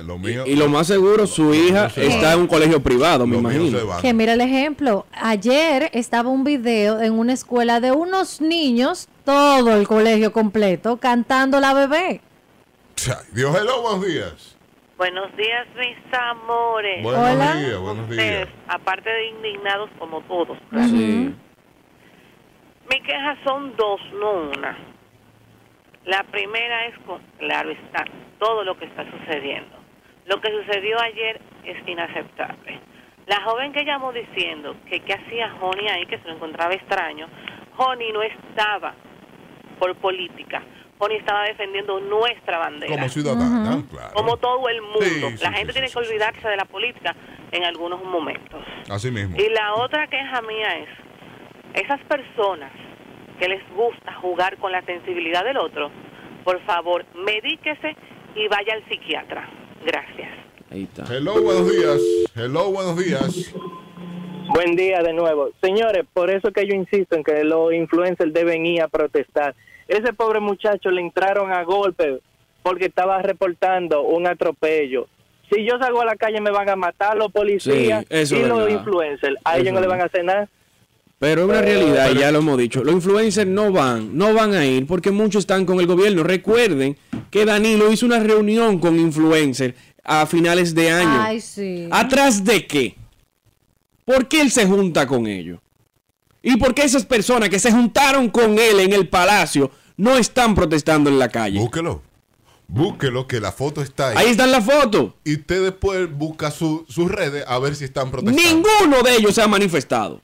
lo mío. Y lo más seguro, su hija está en un colegio privado, me imagino. Que mira el ejemplo. Ayer estaba un video en una escuela de unos niños, todo el colegio completo, cantando la bebé. Dios, hello, buenos días. Buenos días, mis amores. Buenos días, buenos días. Eh, Ustedes, aparte de indignados como todos. Sí. Mis quejas son dos, no una. La primera es, con- claro está, todo lo que está sucediendo. Lo que sucedió ayer es inaceptable. La joven que llamó diciendo que qué hacía Joni ahí, que se lo encontraba extraño, Joni no estaba por política. Joni estaba defendiendo nuestra bandera. Como ciudadana, claro. Como todo el mundo. Sí, sí, la gente tiene que olvidarse de la política en algunos momentos. Así mismo. Y la otra queja mía es, esas personas que les gusta jugar con la sensibilidad del otro, por favor, medíquese y vaya al psiquiatra. Gracias. Ahí está. Hello, buenos días. Hello, buenos días. Buen día de nuevo. Señores, por eso que yo insisto en que los influencers deben ir a protestar. Ese pobre muchacho le entraron a golpe porque estaba reportando un atropello. Si yo salgo a la calle me van a matar los policías Sí, eso y es los verdad. influencers. A Eso ellos no es le van a hacer nada. Pero es una realidad, y ya lo hemos dicho. Los influencers no van, no van a ir porque muchos están con el gobierno. Recuerden que Danilo hizo una reunión con influencers a finales de Este año. Ay, sí. ¿Atrás de qué? ¿Por qué él se junta con ellos? ¿Y por qué esas personas que se juntaron con él en el palacio no están protestando en la calle? Búsquelo. Búsquelo, que la foto está ahí. Ahí está la foto. Y usted después busca su- sus redes a ver si están protestando. Ninguno de ellos se ha manifestado.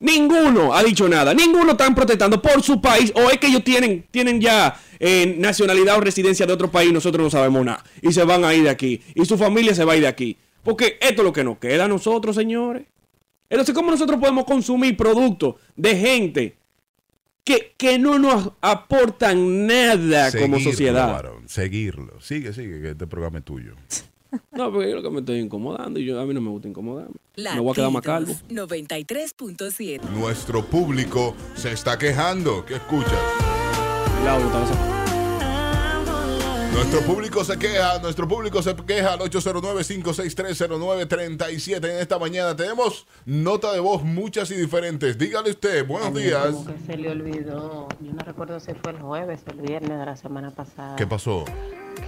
Ninguno ha dicho nada. Ninguno están protestando por su país. O es que ellos tienen, tienen ya eh, nacionalidad o residencia de otro país. Nosotros no sabemos nada. Y se van a ir de aquí. Y su familia se va a ir de aquí. Porque esto es lo que nos queda a nosotros, señores. Entonces, ¿cómo nosotros podemos consumir productos de gente que, que no nos aportan nada como Seguirlo, sociedad? varón, seguirlo. Sigue, sigue, que este programa es tuyo. No, porque yo lo que me estoy incomodando y yo, a mí no me gusta incomodarme. Me voy a quedar más calvo. Latidos 93.7. Nuestro público se está quejando. ¿Qué escuchas? Nuestro público se queja, nuestro público se queja al 809-56309-37 en esta mañana. Tenemos nota de voz muchas y diferentes. Dígale usted, buenos días. Como que se le olvidó, yo no recuerdo si fue el jueves o el viernes de la semana pasada. ¿Qué pasó?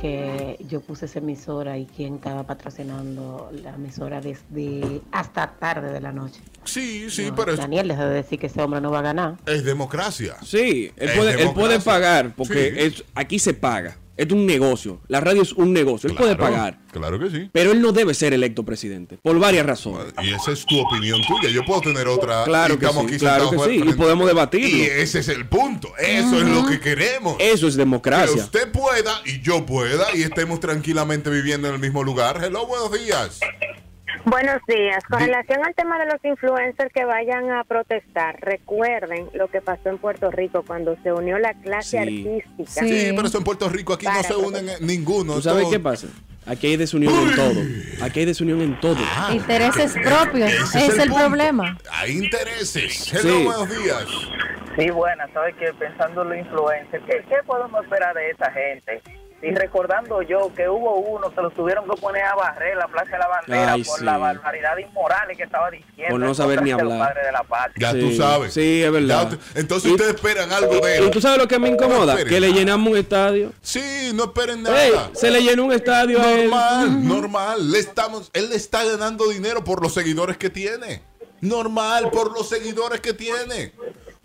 Que yo puse esa emisora y quien estaba patrocinando la emisora desde hasta tarde de la noche. Sí, sí, pero es, Daniel les debe decir que ese hombre no va a ganar. es democracia. Sí, él Es puede, él democracia. puede pagar, porque Sí. es- aquí se paga. Esto es un negocio. La radio es un negocio. Él puede Claro, pagar. Claro que sí. Pero él no debe ser electo presidente, por varias razones. Y esa es tu opinión tuya. Yo puedo tener otra. Claro y que estamos sí, aquí claro sentados que al sí, y frente. podemos debatirlo. Y ese es el punto. Eso es lo que queremos. Eso es Que democracia. usted pueda y yo pueda y estemos tranquilamente viviendo en el mismo lugar. Hello, buenos días. Buenos días. Con relación al tema de los influencers que vayan a protestar, recuerden lo que pasó en Puerto Rico cuando se unió la clase artística. Sí. pero eso en Puerto Rico aquí no Para, se unen eh, ninguno. ¿Tú sabes Esto- qué pasa? Aquí hay desunión en todo. Aquí hay desunión en todo. Intereses propios. Ese Ese es es, el el punto. problema. Ah, Hay intereses. Hello, Sí. buenos días. Sí, buena, sabes que pensando en los influencers, ¿qué, qué podemos esperar de esta gente? Y recordando yo que hubo uno que lo tuvieron que poner a barrer la Plaza de la Bandera Ay, por sí. la barbaridad inmoral que estaba diciendo. Por no saber ni hablar. Ya tú sabes. Sí, es verdad. Entonces ustedes esperan algo de ¿Y él. tú sabes lo que me incomoda? No esperen que le llenamos un estadio. Sí, no esperen nada. Ey, se le llenó un estadio a él. Normal, normal. Le estamos, él le está ganando dinero por los seguidores que tiene. Normal, por los seguidores que tiene.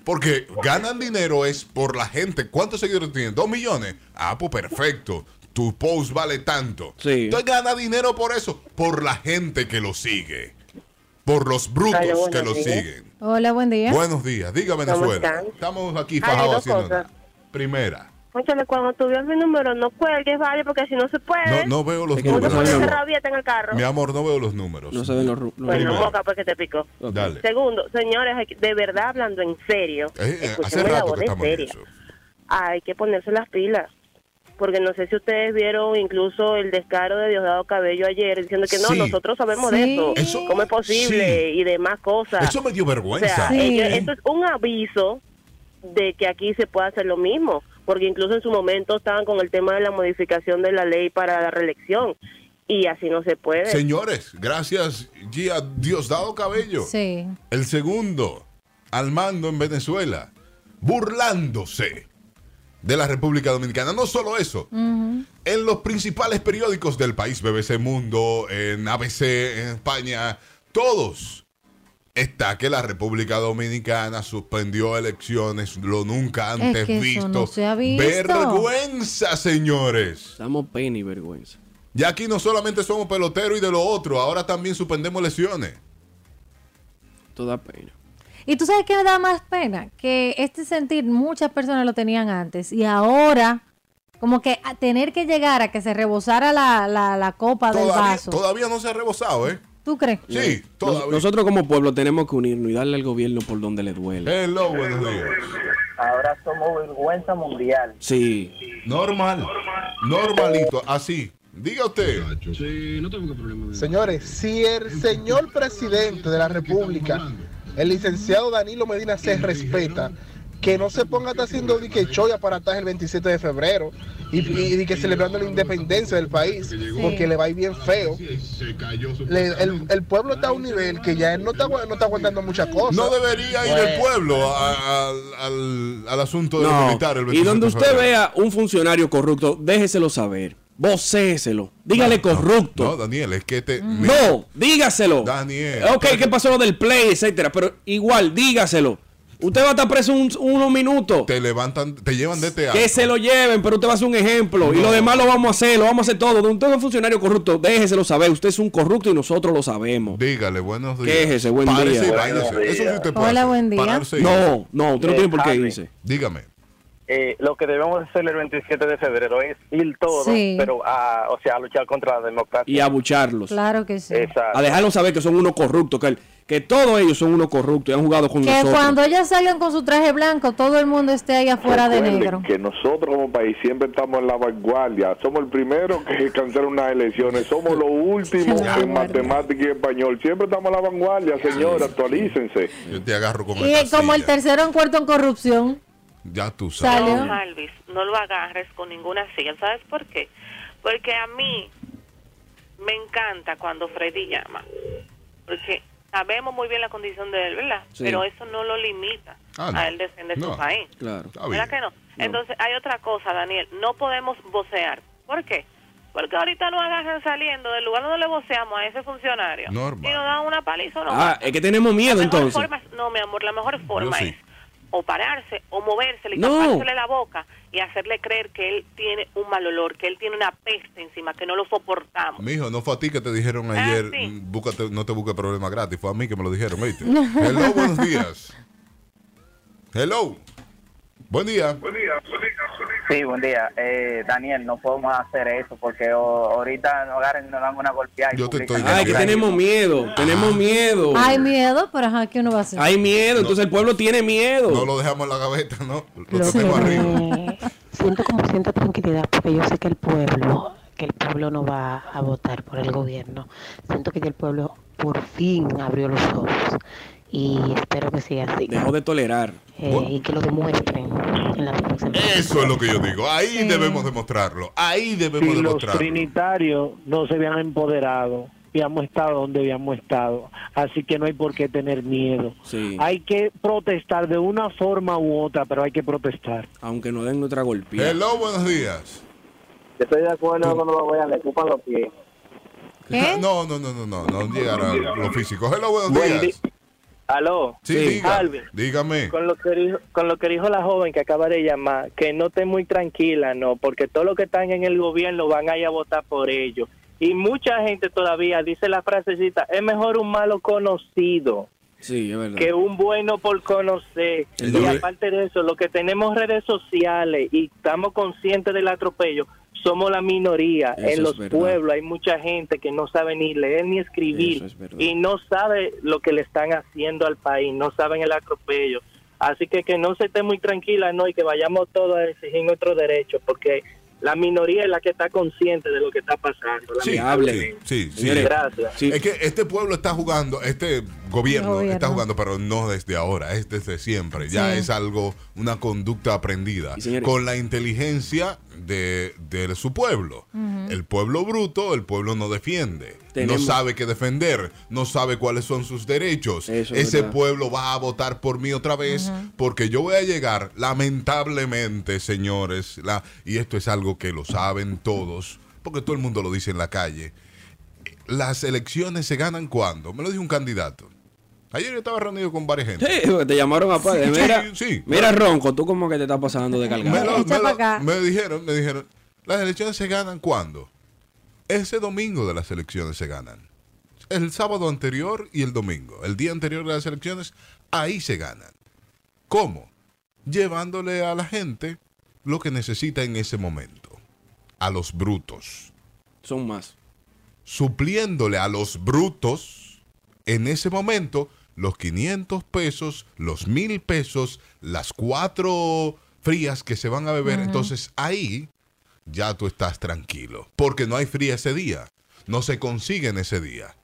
Porque ganan dinero es por la gente. ¿Cuántos seguidores tiene? ¿Dos millones? Ah, pues perfecto. Tu post vale tanto. Sí. Entonces gana dinero por eso. Por la gente que lo sigue. Por los brutos Dale, buenos que lo días. siguen. Hola, buen día. Buenos días. Diga ¿Cómo Venezuela. están? Estamos aquí Ay, fajados dos haciendo. cosas. nada. Primera. Óyeme, cuando tú veas mi número, no cuelgues, vale, porque si no se puede. No veo los Uno números. puede hacer rabieta en el carro. Mi amor, no veo los números. No se ven los, Bueno, boca porque te picó. Dale. Segundo, señores, hay que- de verdad hablando en serio, Eh, eh, escúchenme hace la rato voz que de estamos en seria. Hay que ponerse las pilas. Porque no sé si ustedes vieron incluso el descaro de Diosdado Cabello ayer diciendo que no, Sí. nosotros sabemos Sí. de eso. Eso- ¿Cómo es posible? sí. Y demás cosas. Eso me dio vergüenza. O sea, ellos- esto es un aviso de que aquí se puede hacer lo mismo, porque incluso en su momento estaban con el tema de la modificación de la ley para la reelección y así no se puede. Señores, gracias Gia Diosdado Cabello. Sí. El segundo al mando en Venezuela, burlándose de la República Dominicana. No solo eso, Ujú. en los principales periódicos del país, BBC Mundo, en ABC, en España, todos. Está que la República Dominicana suspendió elecciones, lo nunca antes Es que visto. eso no se ha visto. Vergüenza, señores. Estamos pena y vergüenza. Ya aquí no solamente somos peloteros y de lo otro, ahora también suspendemos lesiones. Toda pena. Y tú sabes qué me da más pena? Que este sentir muchas personas lo tenían antes y ahora como que a tener que llegar a que se rebosara la, la, la copa del Todavía, vaso. todavía no se ha rebosado, ¿eh? ¿Tú crees? Sí, Nos- todavía. nosotros como pueblo tenemos que unirnos y darle al gobierno por donde le duele. Hello, buenos días. Ahora somos vergüenza mundial. Sí. Normal. Normalito, así. Diga usted. Señores, si el señor presidente de la República, el licenciado Danilo Medina, se respeta, que no se ponga a estar haciendo di que choya para estar el 27 de febrero y, y di que celebrando la independencia del país, porque le va a ir bien feo. Le- el, el pueblo está a un nivel que ya él no está, agu- no está aguantando muchas cosas. No debería ir el Pues, Bueno. pueblo a- al- al, al asunto de los No. militares. el Y donde 27 de usted febrero. vea un funcionario corrupto, déjeselo saber. Vocéselo. Dígale corrupto. No, Daniel, es que te. No, Oh. dígaselo. Daniel. Ok, ¿qué pasó lo del play, etcétera? Pero igual, dígaselo. Usted va a estar preso un- unos minutos. Te levantan, te llevan de este teatro. Que se lo lleven, pero usted va a ser un ejemplo. Y No. lo demás lo vamos a hacer, lo vamos a hacer todo. Donde usted es un funcionario corrupto, déjeselo saber. Usted es un corrupto y nosotros lo sabemos. Dígale, buenos días. Quéjese, buen Párese y día. váyase. Eso sí usted puede Hola, hacer. buen día. Pararse y- No, no, usted no tiene por qué Déjame. irse. Dígame. ah, eh, lo que debemos hacer el 27 de febrero es ir todos, Sí. pero a, o sea, a luchar contra la democracia. Y abucharlos. Claro que Eh, sí. Exacto. A dejarlos saber que son unos corruptos, que, el- que todos ellos son unos corruptos y han jugado con Que nosotros. cuando ellas salgan con su traje blanco, todo el mundo esté ahí afuera de Recuerden negro. Que nosotros como país siempre estamos en la vanguardia. Somos el primero que cancela unas elecciones. Somos los últimos en matemática y español. Siempre estamos en la vanguardia, señor. Actualícense. Yo te agarro con Eh. Y como el tercero en cuarto en corrupción. Ya tú sabes. Salió. No, Malvis, no lo agarres con ninguna silla. ¿Sabes por qué? Porque a mí me encanta cuando Freddy llama. Porque sabemos muy bien la condición de él, ¿verdad? Sí. Pero eso no lo limita Ah, no. a él defender No. su este país. Claro. ¿Verdad que no? Entonces, hay otra cosa, Daniel. No podemos vocear. ¿Por qué? Porque ahorita nos agarran saliendo del lugar donde le voceamos a ese funcionario. Normal. Y nos dan una paliza o no. Ah, es que tenemos miedo La mejor entonces. forma es- no, mi amor, la mejor forma sí. es o pararse o moverse, y No. tapársele la boca y hacerle creer que él tiene un mal olor, que él tiene una peste encima, que no lo soportamos. Mijo, no fue a ti que te dijeron Ah, ayer, sí. mm, búscate- no te busques problemas gratis, fue a mí que me lo dijeron, ¿oíste? Hello, buenos días. Hello. Buen día. Sí, buen día. Eh, Daniel, no podemos hacer eso porque o- ahorita nos agarren y nos dan una golpeada. y publican. Ay, que tenemos miedo, tenemos miedo. Hay miedo, pero ajá, ¿qué uno va a hacer? Hay miedo, entonces el pueblo tiene miedo. No lo dejamos en la gaveta, ¿no? Siento como siento tranquilidad porque yo sé que el pueblo, que el pueblo no va a votar por el gobierno. Siento que ya el pueblo por fin abrió los ojos y espero que siga así. Dejó de tolerar. Eh, y que lo demuestren en la próxima. Eso es lo que yo digo. Ahí debemos demostrarlo. Ah, Ahí Ah, debemos si los demostrarlo. trinitarios no se habían empoderado, habíamos estado donde habíamos estado. Así que no hay por qué tener miedo. Sí. Hay que protestar de una forma u otra, pero hay que protestar. Aunque no den otra golpeada. Hello, buenos días. Yo estoy de acuerdo con los a le ocupan los pies. ¿Eh? No, no, no, no, no, no llegará lo físico. Hello, buenos Buen días. Aló, Sí, diga, Alvin, dígame. con lo, que dijo, con lo que dijo la joven que acaba de llamar, que no esté muy tranquila, no, porque todos los que están en el gobierno van a ir a votar por ellos. Y mucha gente todavía dice la frasecita, es mejor un malo conocido Sí, es verdad. que un bueno por conocer. El y doble- aparte de eso, los que tenemos redes sociales y estamos conscientes del atropello, somos la minoría. Eso es en los verdad. pueblos hay mucha gente que no sabe ni leer ni escribir y no sabe lo que le están haciendo al país, no saben el atropello. Así que que no se esté muy tranquila, no, y que vayamos todos a exigir nuestros derechos, porque la minoría es la que está consciente de lo que está pasando. la Sí, minoría. Sí, sí, sí. Señores, Gracias. sí. Es que este pueblo está jugando, este gobierno, está jugando, pero no desde ahora, es desde siempre. Ya Sí. es algo, una conducta aprendida. señores- Con la inteligencia de, de su pueblo. Ujú. El pueblo bruto, el pueblo no defiende. Tenemos- No sabe qué defender, no sabe cuáles son sus derechos. Eso es Ese verdad. pueblo va a votar por mí otra vez porque yo voy a llegar, lamentablemente, señores, la, y esto es algo que lo saben todos, porque todo el mundo lo dice en la calle. Las elecciones se ganan cuando, me lo dijo un candidato. Ayer yo estaba reunido con varias gente. Sí, te llamaron a padre. Sí, Mira, sí. mira, Ronco, tú como que te estás pasando de Me, cargado. lo- me lo- me dijeron, me dijeron, las elecciones se ganan cuando. Ese domingo de las elecciones se ganan. El sábado anterior y el domingo. El día anterior de las elecciones, ahí se ganan. ¿Cómo? Llevándole a la gente lo que necesita en ese momento. A los brutos. Son más. Supliéndole a los brutos en ese momento los 500 pesos, los 1000 pesos, las cuatro frías que se van a beber. Entonces ahí ya tú estás tranquilo. Porque no hay fría ese día. No se consiguen ese día.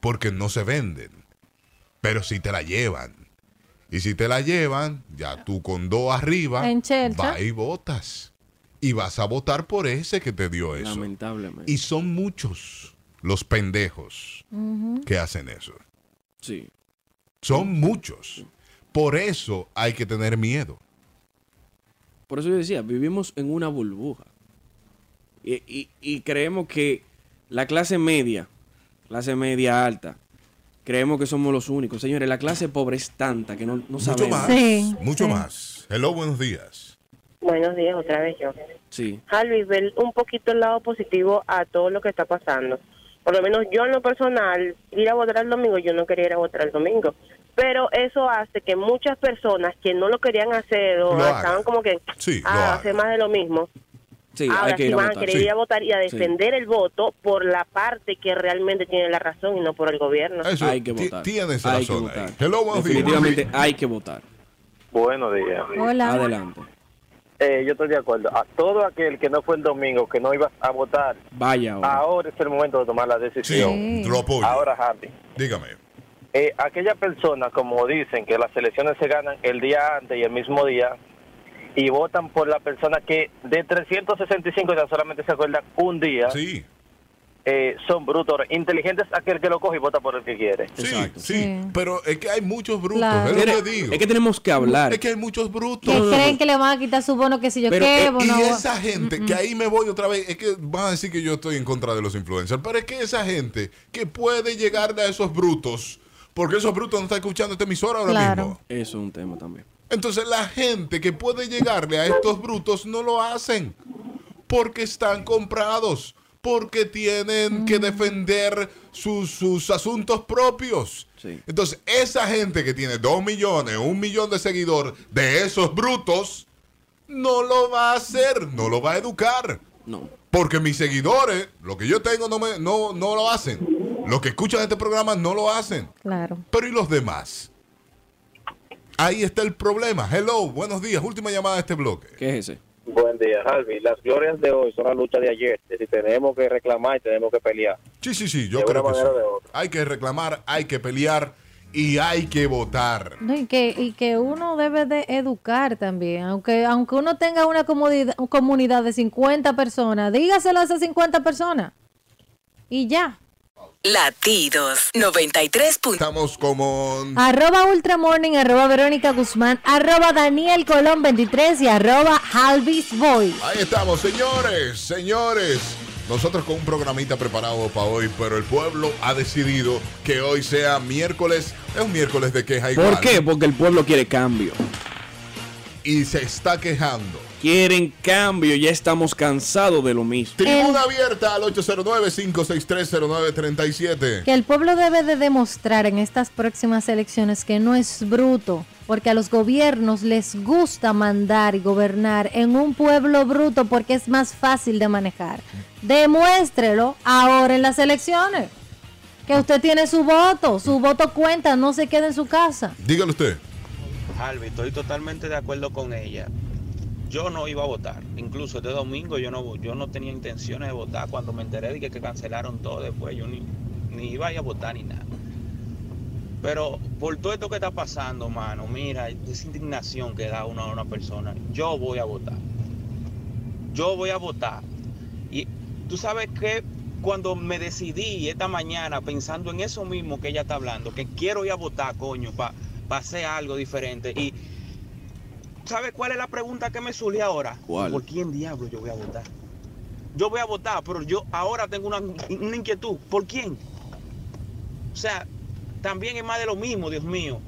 Porque no se venden. Pero si te la llevan. Y si te la llevan, ya tú con dos arriba, En Chelcha. va y votas. Y vas a votar por ese que te dio eso. Lamentablemente. Y son muchos los pendejos Ujú. que hacen eso. Sí. Son muchos. Por eso hay que tener miedo. Por eso yo decía, vivimos en una burbuja. Y, y- y creemos que la clase media, clase media alta, creemos que somos los únicos. Señores, la clase pobre es tanta que no, no Mucho sabemos. más. mucho más. Hello, buenos días. Buenos días, otra vez yo. Sí. Alvis, ver un poquito el lado positivo a todo lo que está pasando. Por lo menos yo en lo personal, ir a votar el domingo, yo no quería ir a votar el domingo. Pero eso hace que muchas personas que no lo querían hacer o Lo hagan. estaban como que Sí, lo ah, hacer más de lo mismo. Sí, Ahora hay que sí ir a van a votar. querer ir a votar y a Sí. defender el voto por la parte que realmente tiene la razón y no por el gobierno. Eso, Hay que ti- votar. tienes hay razón que votar. ahí. Hello, buenos días. Definitivamente hay que votar. Buenos días. Adelante. Eh, yo estoy de acuerdo. A todo aquel que no fue el domingo, que no iba a votar, Vaya ahora. ahora es el momento de tomar la decisión. Sí, lo apoyo. Ahora, Harvey. Dígame. Eh, aquella persona, como dicen, que las elecciones se ganan el día antes y el mismo día, y votan por la persona que de 365 ya solamente se acuerda un día. eh, Sí. son brutos. Ahora, Inteligente es aquel que lo coge y vota por el que quiere. Sí, pero es que hay muchos brutos. Claro. Es lo que Mire, digo. es que tenemos que hablar. Es que hay muchos brutos. Que creen que le van a quitar su bono, que si yo Pero, qué, eh, bono. y esa gente, que ahí me voy otra vez, es que van a decir que yo estoy en contra de los influencers, pero es que esa gente que puede llegarle a esos brutos, porque esos brutos no están escuchando esta emisora ahora mismo. Eso es un tema también. Entonces la gente que puede llegarle a estos brutos no lo hacen porque están comprados, porque tienen que defender sus, sus asuntos propios. Entonces esa gente que tiene dos millones, un millón de seguidores de esos brutos, no lo va a hacer, no lo va a educar. No. Porque mis seguidores, lo que yo tengo, no, me, no, no lo hacen. Los que escuchan este programa no lo hacen. Claro. Pero ¿y los demás? Ahí está el problema. Hello, buenos días. Última llamada de este bloque. ¿Qué es ese? Buen día, Harvey. Las glorias de hoy son la lucha de ayer. Es decir, tenemos que reclamar y tenemos que pelear. Sí, sí, sí, yo De creo una que sí. manera o de Hay que reclamar, hay que pelear y hay que votar. No, y, que, y que uno debe de educar también, aunque aunque uno tenga una comodidad- comunidad de 50 personas, dígaselo a esas 50 personas. Y ya. Latidos 93. Estamos como Arroba Ultramorning, arroba Verónica Guzmán, arroba Daniel Colón 23 y arroba Alvis Boy. Ahí estamos, señores, señores. Nosotros con un programita preparado para hoy, pero el pueblo ha decidido que hoy sea miércoles. Es un miércoles de queja igual. ¿Por qué? Porque el pueblo quiere cambio. Y se está quejando. Quieren cambio, ya estamos cansados de lo mismo. Tribuna abierta al 809-56309-37. Que el pueblo debe de demostrar en estas próximas elecciones que no es bruto, porque a los gobiernos les gusta mandar y gobernar en un pueblo bruto porque es más fácil de manejar. Demuéstrelo ahora en las elecciones. Que usted tiene su voto, su voto cuenta, no se quede en su casa. Dígalo usted. Albi, estoy totalmente de acuerdo con ella. Yo no iba a votar. Incluso este domingo yo no vo- yo no tenía intenciones de votar cuando me enteré de que, que cancelaron todo después. Yo ni, ni iba a ir a votar ni nada. Pero por todo esto que está pasando, mano, mira, esa indignación que da uno a una persona, yo voy a votar. Yo voy a votar. Y tú sabes que cuando me decidí esta mañana pensando en eso mismo que ella está hablando, que quiero ir a votar, coño, para hacer algo diferente. Y ¿sabes cuál es la pregunta que me surge ahora? ¿Cuál? ¿Por quién diablo yo voy a votar? Yo voy a votar, pero yo ahora tengo una, una inquietud. ¿Por quién? O sea, también es más de lo mismo, Dios mío.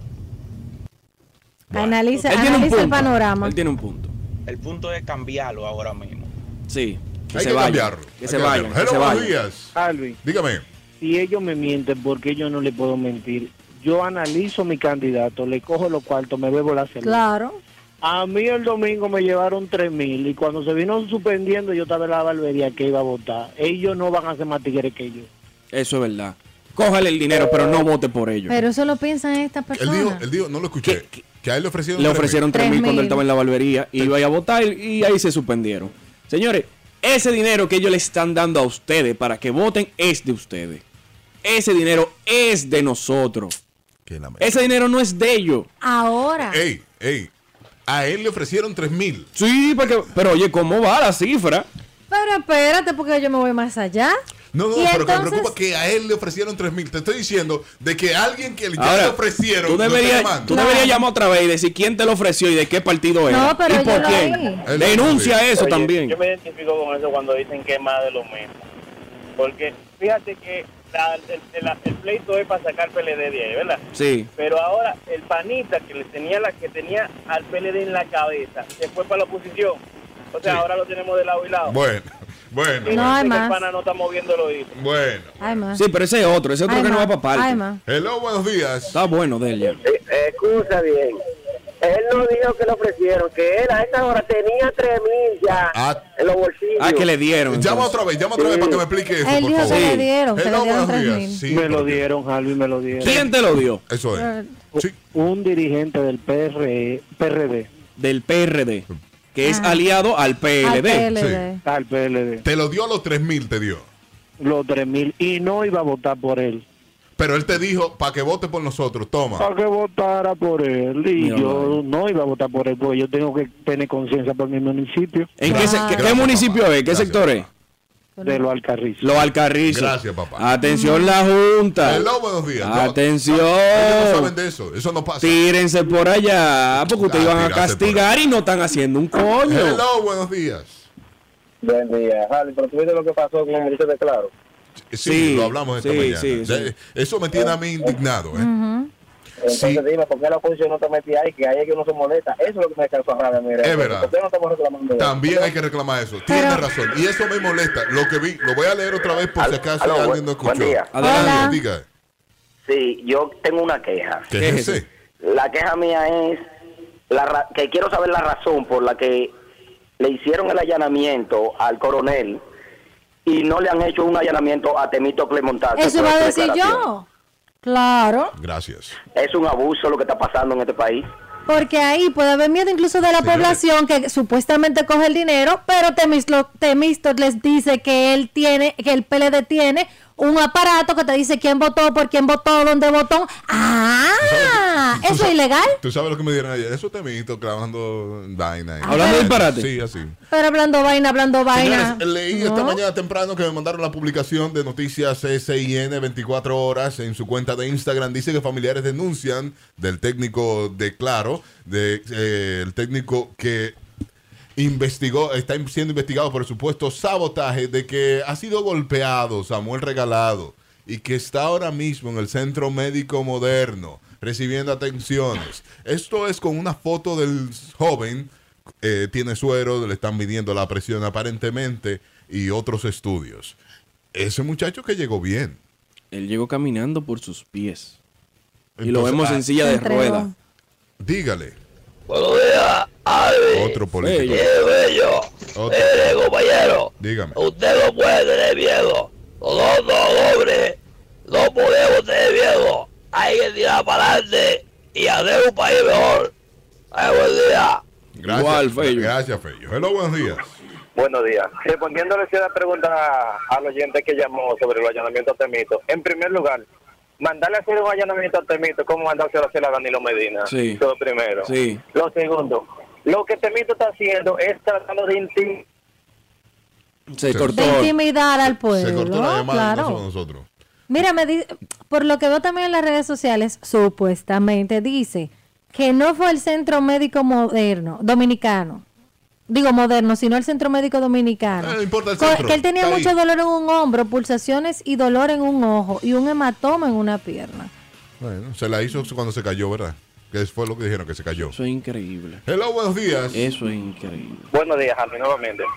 Analice, Él tiene un analice el punto. panorama. Él tiene un punto. El punto es cambiarlo ahora mismo. Sí. Que Hay se que vayan. cambiarlo, Que hay se que vayan. cambiarlo. que Hello, se buenos vayan. días. Alvin. Dígame. Si ellos me mienten, porque yo no le puedo mentir. Yo analizo mi candidato, le cojo los cuartos, me bebo la cerveza. Claro. A mí el domingo me llevaron tres mil y cuando se vino suspendiendo yo estaba en la barbería que iba a votar. Ellos no van a ser más tigres que yo. Eso es verdad. Cójale el dinero, pero no vote por ellos. Pero eso lo piensan estas Él dijo, personas. él dijo, no lo escuché. Que a él le ofrecieron Le tres mil. ofrecieron tres mil cuando él estaba en la barbería y iba a ir a votar y ahí se suspendieron. Señores, ese dinero que ellos le están dando a ustedes para que voten es de ustedes. Ese dinero es de nosotros. Ese dinero no es de ellos. Eh, Ahora. Ey, ey. A él le ofrecieron tres mil. Sí, porque, pero oye, ¿cómo va la cifra? Pero espérate, porque yo me voy más allá. No, no, Y pero que me entonces- preocupa que a él le ofrecieron tres mil. Te estoy diciendo de que alguien que ya Ahora, le ofrecieron. Tú lo está deberías, llamando. tú deberías llamar otra vez y decir quién te lo ofreció y de qué partido era. No, pero ¿Y por yo lo quién? vi. Denuncia eso Oye, también. Yo me identifico con eso cuando dicen que es más de lo mismo. Porque fíjate que la- el, el- el pleito es para sacar PLD de ahí, ¿verdad? Sí. Pero ahora el panita que le tenía la que tenía al PLD en la cabeza se fue para la oposición. O sea, ahora lo tenemos de lado y lado. Bueno, bueno. Y bueno. dice que El pana no está moviendo el oído. Bueno. Ay, más. Sí, pero ese es otro, ese otro Ay, que no ma. va para parte. Ay, ma. Hello, buenos días. Está bueno de él ya. Escucha bien. Él no dijo que le ofrecieron, que él a esa hora tenía 3 mil ya Ah. en los bolsillos. Ah, que le dieron. Llama entonces. otra vez, llama otra Eh. vez para que me explique eso, Él por dijo favor. que le dieron, que le Hello, dieron buenos tres días. Sí, me lo dieron, Harvey, me lo dieron. ¿Quién te lo dio? Eso Un dirigente del E, PRE, PRD. Del PRD. Que es Ah. aliado al PLD. Sí. Al PLD. Te lo dio a los tres mil, te dio. Los tres mil y no iba a votar por él. Pero él te dijo, para que vote por nosotros, toma. Para que votara por él y Mira, yo no iba a votar por él porque yo tengo que tener conciencia por mi municipio. ¿En qué, se- qué- qué municipio es? ¿Qué sector es? De los Alcarrizos. Los Alcarrizos. Gracias, papá. Atención la Junta. Hello, buenos días. No, Atención. Ellos no saben de eso, eso no pasa. Tírense por allá, porque ustedes Ah, van a tírate por castigar y no están haciendo un coño. Hello, buenos días. Buen día, Harley, pero tú viste lo que pasó con el de Claro. Sí, Sí, lo hablamos esta sí, mañana. sí, sí. Eh, Eso me tiene a mí indignado. ¿eh? Entonces dime, ¿por qué la oposición no te metí ahí? Que ahí es que uno se molesta. Eso es lo que me causó rabia, mira. Es verdad. ¿Por qué no estamos reclamando eso? También hay que reclamar eso. Tiene razón. Y eso me molesta. Lo que vi, lo voy a leer otra vez por si acaso aló, alguien buen- no escuchó. buen día. Adelante, Hola. diga. Sí, yo tengo una queja. ¿Qué es ese? La queja mía es la ra- que quiero saber la razón por la que le hicieron el allanamiento al coronel y no le han hecho un allanamiento a Temito Clemontazo. Eso iba a decir yo. Claro. Gracias. Es un abuso lo que está pasando en este país. Porque ahí puede haber miedo incluso de la población que supuestamente coge el dinero, pero Temislo- Temístocles dice que él tiene, que el PLD tiene un aparato que te dice quién votó, por quién votó, dónde votó. ¡Ah! tú ¿Eso sa- es ilegal? Tú sabes lo que me dieron ayer. Eso temito clavando vaina. ahí. Hablando de disparate. Sí, así. Pero hablando vaina, hablando vaina. Señores, leí esta No. mañana temprano que me mandaron la publicación de noticias SIN 24 horas en su cuenta de Instagram. Dice que familiares denuncian del técnico de Claro, de, eh, el técnico que investigó, está siendo investigado por el supuesto sabotaje de que ha sido golpeado Samuel Regalado y que está ahora mismo en el Centro Médico Moderno recibiendo atenciones. Esto es con una foto del joven, eh, tiene suero, le están midiendo la presión aparentemente y otros estudios. Ese muchacho que llegó bien. Él llegó caminando por sus pies. y lo Entonces, vemos ah, en silla de entregó. rueda. Dígale. Buenos días, Alvin. Otro político. Qué bello. Otro. Mire, compañero. Dígame. Usted no puede tener miedo. Nosotros, los hombres, no podemos tener miedo. Hay que tirar para adelante y hacer un país mejor. Ay, buen día. Gracias, Gracias, Fello. Hello, buenos días. Buenos días. Respondiéndole a la pregunta al oyente que llamó sobre el allanamiento a Temito, en primer lugar, mandarle a hacer un allanamiento a Temito, ¿cómo mandárselo a hacer a Danilo Medina? Sí. Eso primero. Sí. Lo segundo, lo que Temito está haciendo es tratando de intimidar. Se cortó. De intimidar al pueblo. claro. nosotros. Mira, me di- por lo que veo también en las redes sociales, supuestamente dice que no fue el centro médico moderno, dominicano. Digo moderno, sino el centro médico dominicano. Eh, no importa el Ah. Co- centro, que él tenía está mucho ahí. dolor en un hombro, pulsaciones y dolor en un ojo y un hematoma en una pierna. Bueno, se la hizo cuando se cayó, ¿verdad? Que fue lo que dijeron, que se cayó. Eso es increíble. Hello, buenos días. Eso es increíble. Buenos días, Alvin, nuevamente. O-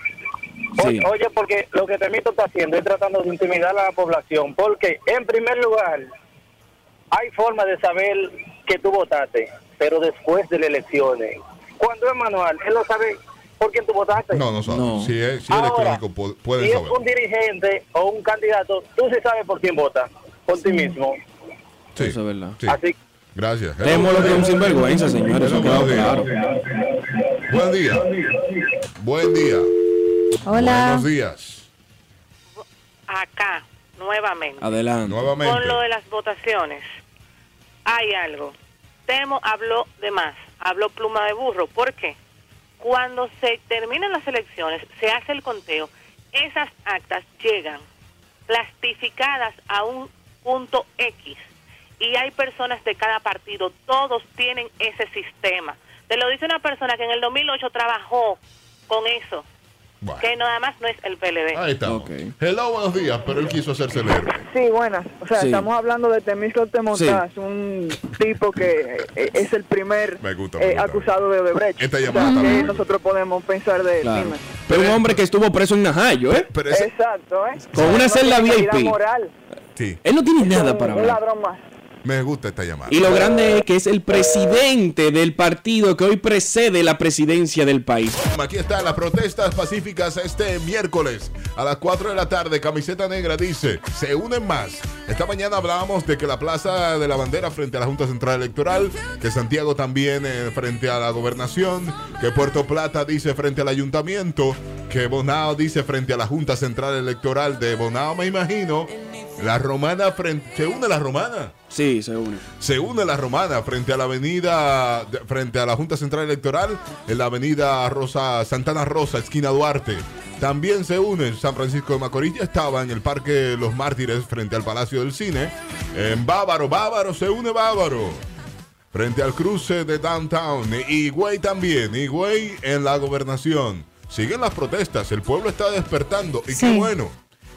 Sí. Oye, porque lo que Temito está haciendo es tratando de intimidar a la población, porque en primer lugar, hay forma de saber que tú votaste, pero después de las elecciones. Cuando es manual, él lo sabe por quién tú votaste. No, no sabe. Si es, si es Ahora, electrónico, pu- Si pueden es saber. un dirigente o un candidato, tú sí sabes por quién vota, por ti mismo. Sí. Eso es verdad. Sí. Así Gracias. Démoslo que es un sinvergüenza, señores. Eso Hello, quedó claro. buenos días. Buen día. Buen día. Hola. Buenos días. acá nuevamente Adelante. Nuevamente. con lo de las votaciones hay algo Temo habló de más habló pluma de burro ¿por qué? cuando se terminan las elecciones se hace el conteo esas actas llegan plastificadas a un punto X y hay personas de cada partido todos tienen ese sistema te lo dice una persona que en el 2008 trabajó con eso Bueno. que nada más no es el PLD Ahí estamos. Hello, buenos días. Pero él quiso hacerse el héroe. Sí, buenas. O sea, Sí. estamos hablando de Temístocles Temontaz, este un tipo que eh, es el primer Me gusta, me eh, gusta. acusado de Odebrecht. Esta O sea, llamada está ¿qué muy buena. nosotros podemos pensar de él? Claro. Dime. Pero un hombre que estuvo preso en Najayo, ¿eh? Exacto, ¿eh? Con una No celda tiene calidad VIP. moral, Sí. Él no tiene nada un- para Un hablar. ladrón más. Me gusta esta llamada. Y lo grande es que es el presidente del partido que hoy precede la presidencia del país. Aquí están las protestas pacíficas este miércoles a las 4 de la tarde. Camiseta Negra dice, se unen más. Esta mañana hablábamos de que la Plaza de la Bandera frente a la Junta Central Electoral, que Santiago también eh, frente a la gobernación, que Puerto Plata dice frente al ayuntamiento, que Bonao dice frente a la Junta Central Electoral de Bonao, me imagino. La romana frente... ¿Se une la romana? Sí, se une. Se une la romana frente a la avenida, de- frente a la Junta Central Electoral, en la avenida Rosa, Santana Rosa, esquina Duarte. También se une San Francisco de Macorís, ya estaba en el Parque Los Mártires frente al Palacio del Cine. En Bávaro, Bávaro, se une Bávaro. Frente al cruce de Downtown. Y Higüey también, Higüey en la gobernación. Siguen las protestas, el pueblo está despertando y qué bueno.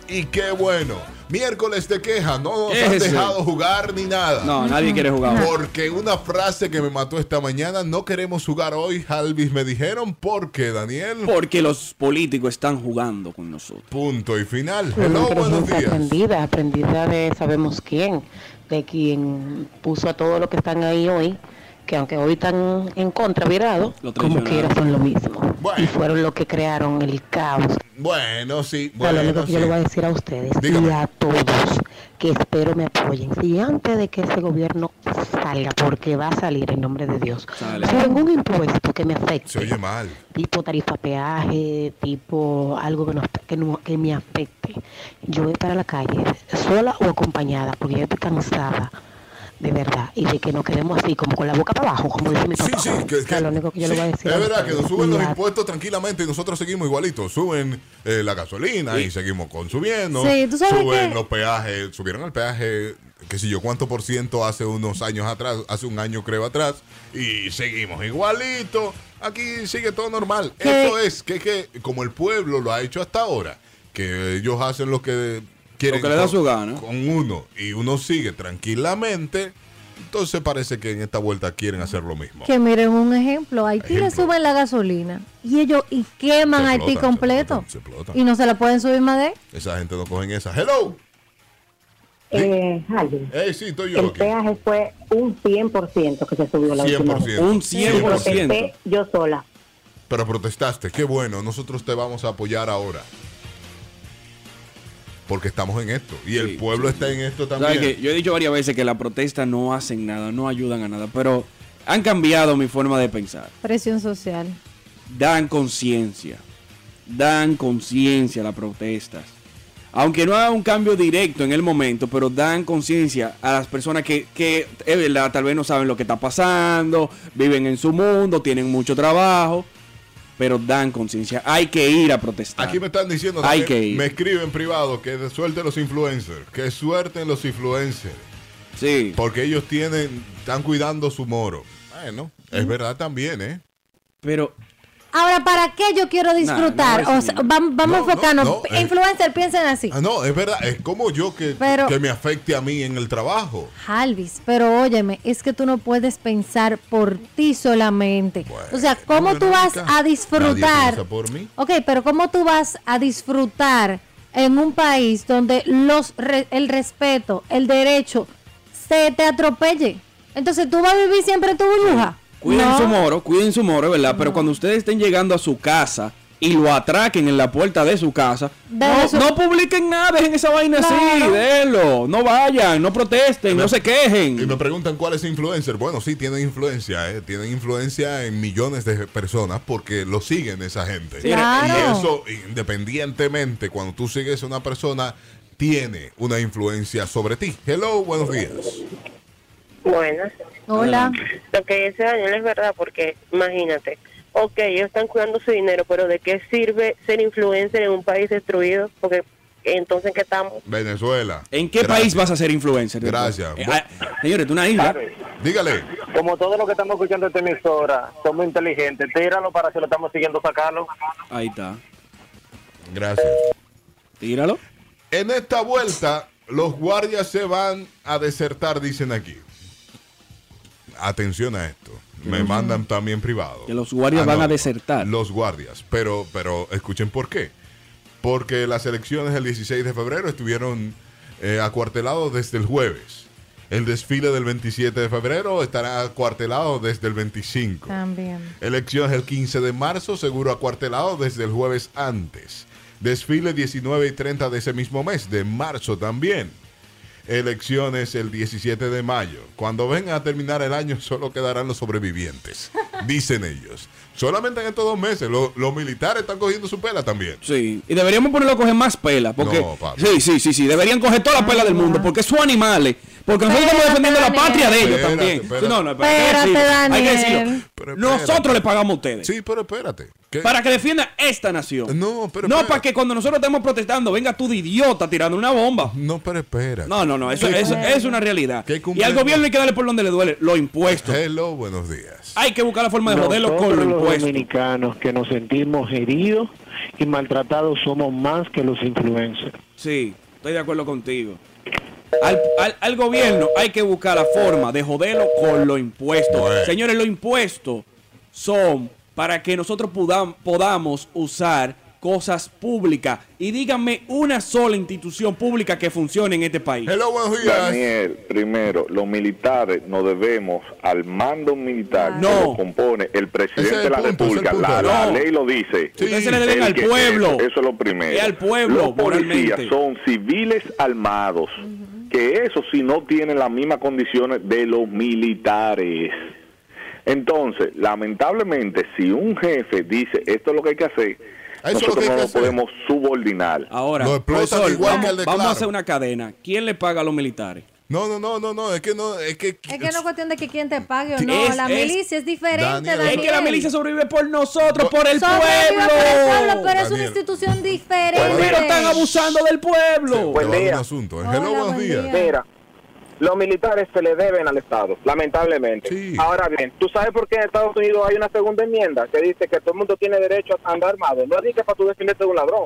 Y qué bueno. Miércoles de queja, no nos han Ese. dejado jugar ni nada. No, nadie quiere jugar. Porque una frase que me mató esta mañana, no queremos jugar hoy, Alvis, me dijeron, porque Daniel. Porque los políticos están jugando con nosotros. Punto y final. Una Hello, buenos inteligencia días. aprendida, aprendida de sabemos quién, de quien puso a todos los que están ahí hoy que aunque hoy están en contra, virado, como quiera son lo mismo. Y fueron los que crearon el caos. Bueno, sí. Pero Bueno, lo único que yo sí. le voy a decir a ustedes y Dígame. a todos que espero me apoyen. Si antes de que ese gobierno salga, porque va a salir en nombre de Dios, Sale. suben un impuesto que me afecte. Se oye mal. Tipo tarifa peaje, tipo algo que, nos, que, no- que me afecte. Yo voy para la calle, sola o acompañada, porque yo estoy cansada. De verdad, y de que nos quedemos así, como con la boca para abajo, como dice mi papá. O sea, lo único que yo le Sí, voy a decir. es a verdad que ustedes nos suben y los a impuestos tranquilamente y nosotros seguimos igualitos. Suben eh, la gasolina y seguimos consumiendo. Sí, tú sabes suben que- los peajes, subieron el peaje, qué sé yo, cuánto por ciento hace unos años atrás, hace un año creo atrás, y seguimos igualito. Aquí sigue todo normal. Eso es que, que como el pueblo lo ha hecho hasta ahora, que ellos hacen lo que quieren Lo que le da con- su gana. con uno y uno sigue tranquilamente, entonces parece que en esta vuelta quieren hacer lo mismo. Que miren un ejemplo, a Haití le Ejemplo. suben la gasolina y ellos y queman Se a Haití explotan, se completo explotan. y no se la pueden subir más de. Esa gente no cogen esa. Hello. Eh, Jalvin, Ey, sí, estoy yo el aquí. peaje fue un 100% que se subió la última vez. 100%. Un Y protesté 100%. yo sola. Pero protestaste. Qué bueno. Nosotros te vamos a apoyar ahora. Porque estamos en esto. Y el pueblo está en esto ¿Sabes también. qué? yo he dicho varias veces que la protesta no hacen nada, no ayudan a nada, pero han cambiado mi forma de pensar. Presión social. Dan conciencia, dan conciencia a las protestas. Aunque no haga un cambio directo en el momento, pero dan conciencia a las personas que, que es verdad, tal vez no saben lo que está pasando, viven en su mundo, tienen mucho trabajo, pero dan conciencia. Hay que ir a protestar. Aquí me están diciendo Hay también, que ir. me escriben en privado que de suerte los influencers, que suerte en los influencers. Sí. Porque ellos tienen, están cuidando su moro. Bueno, Mm. es verdad también, ¿eh? Pero Ahora, ¿para qué yo quiero disfrutar? no, o sea, vam- vamos a enfocarnos. no, eh. Influencer, piensen así. Ah, no, es verdad, es como yo que, Pero- que me afecte a mí en el trabajo. Jalvis, pero óyeme, es que tú no puedes pensar por ti solamente. o sea, ¿cómo tú vas a Nadie disfrutar? piensa por mí. Ok, pero ¿cómo tú vas a disfrutar en un país donde los re- el respeto, el derecho, se te atropelle? Entonces tú vas a vivir siempre en tu burbuja. Cuiden No. su moro, cuiden su moro, ¿verdad? Pero cuando ustedes estén llegando a su casa y lo atraquen en la puerta de su casa, no, no publiquen nada, dejen esa vaina así, déjenlo, no vayan, no protesten, no se quejen. Y me preguntan cuál es influencer. Bueno, sí, tienen influencia, ¿eh? tienen influencia en millones de personas porque lo siguen esa gente. Sí, Claro. Y eso, independientemente, cuando tú sigues a una persona, tiene una influencia sobre ti. Hello, buenos días. Buenas. Hola. Lo que dice Daniel es verdad, porque imagínate, ok, ellos están cuidando su dinero, pero ¿de qué sirve ser influencer en un país destruido? Porque entonces, ¿qué estamos? Venezuela. ¿En qué país vas a ser influencer? Gracias. señores, tú una isla. Dígale. Como todo lo que estamos escuchando en esta emisora, somos inteligentes. Tíralo para si lo estamos siguiendo, sacarlo. Ahí está. Gracias. Tíralo. En esta vuelta, los guardias se van a desertar, dicen aquí. Atención a esto. Me mandan también privado. Ah, Que los guardias van a desertar. Los guardias. Pero, pero escuchen por qué. Porque las elecciones el 16 de febrero estuvieron eh, acuartelados desde el jueves. El desfile del 27 de febrero estará acuartelado desde el 25. También. Elecciones el 15 de marzo, seguro acuartelado desde el jueves antes. Desfile 19 y 30 de ese mismo mes, de marzo también. Elecciones el 17 de mayo. Cuando vengan a terminar el año solo quedarán los sobrevivientes, dicen ellos. Solamente en estos dos meses, lo- los militares están cogiendo su pela también. Sí, y deberíamos ponerlo a coger más pela, porque No, papi. sí, sí, sí, sí, deberían coger toda la pela del Ah. mundo, porque son animales, porque nosotros estamos defendiendo la patria de ellos Espérate, también. espérate. No, no, espérate, hay que Espérate, decirlo, hay que decirlo. Daniel. Pero espérate. Nosotros les pagamos a ustedes. Sí, pero espérate. Para que defienda esta nación. No, pero No, para que cuando nosotros estemos protestando, venga tú de idiota tirando una bomba. No, pero espera. No, no, no, eso, ¿Qué eso- cumple- es una realidad. Y al cumplemos? gobierno hay que darle por donde le duele, los impuestos. Hello, buenos días. Hay que buscar la forma de joderlos con Nosotros los los impuestos. dominicanos que nos sentimos heridos y maltratados somos más que los influencers. Sí, estoy de acuerdo contigo. Al, al- al gobierno hay que buscar la forma de joderlo con los impuestos. Señores, los impuestos son para que nosotros podam- podamos usar cosas públicas. Y díganme una sola institución pública que funcione en este país. Daniel, primero, los militares nos debemos al mando militar No. que lo compone el presidente Ese es el de la punto, ese República. es el La, punto. la No. ley lo dice. Ustedes se le deben El al que- pueblo. Eso, eso es lo primero. Es al pueblo, Los policías moralmente. son civiles armados, que eso sí no tienen las mismas condiciones de los militares. Entonces, lamentablemente, si un jefe dice esto es lo que hay que hacer, Eso es lo que hay nosotros no que nos hacer. podemos subordinar. Ahora, profesor, vamos, vamos a hacer una cadena. ¿Quién le paga a los militares? No, no, no, no, no, es que no, es que... Es que no es cuestión de que quien te pague o Sí, no. es- la es- milicia es diferente, Daniel. Daniel. Es que la milicia sobrevive por nosotros, por el Sobrevive pueblo. por el pueblo, pero es una Daniel. institución diferente. Pero están abusando del pueblo. Te va a dar día. un asunto. ¿eh? Hello, buenos días. Mira, los militares se le deben al Estado, lamentablemente. Ahora bien, ¿tú sabes por qué en Estados Unidos hay una segunda enmienda que dice que todo el mundo tiene derecho a andar armado? No es de que para tú defenderte de un ladrón,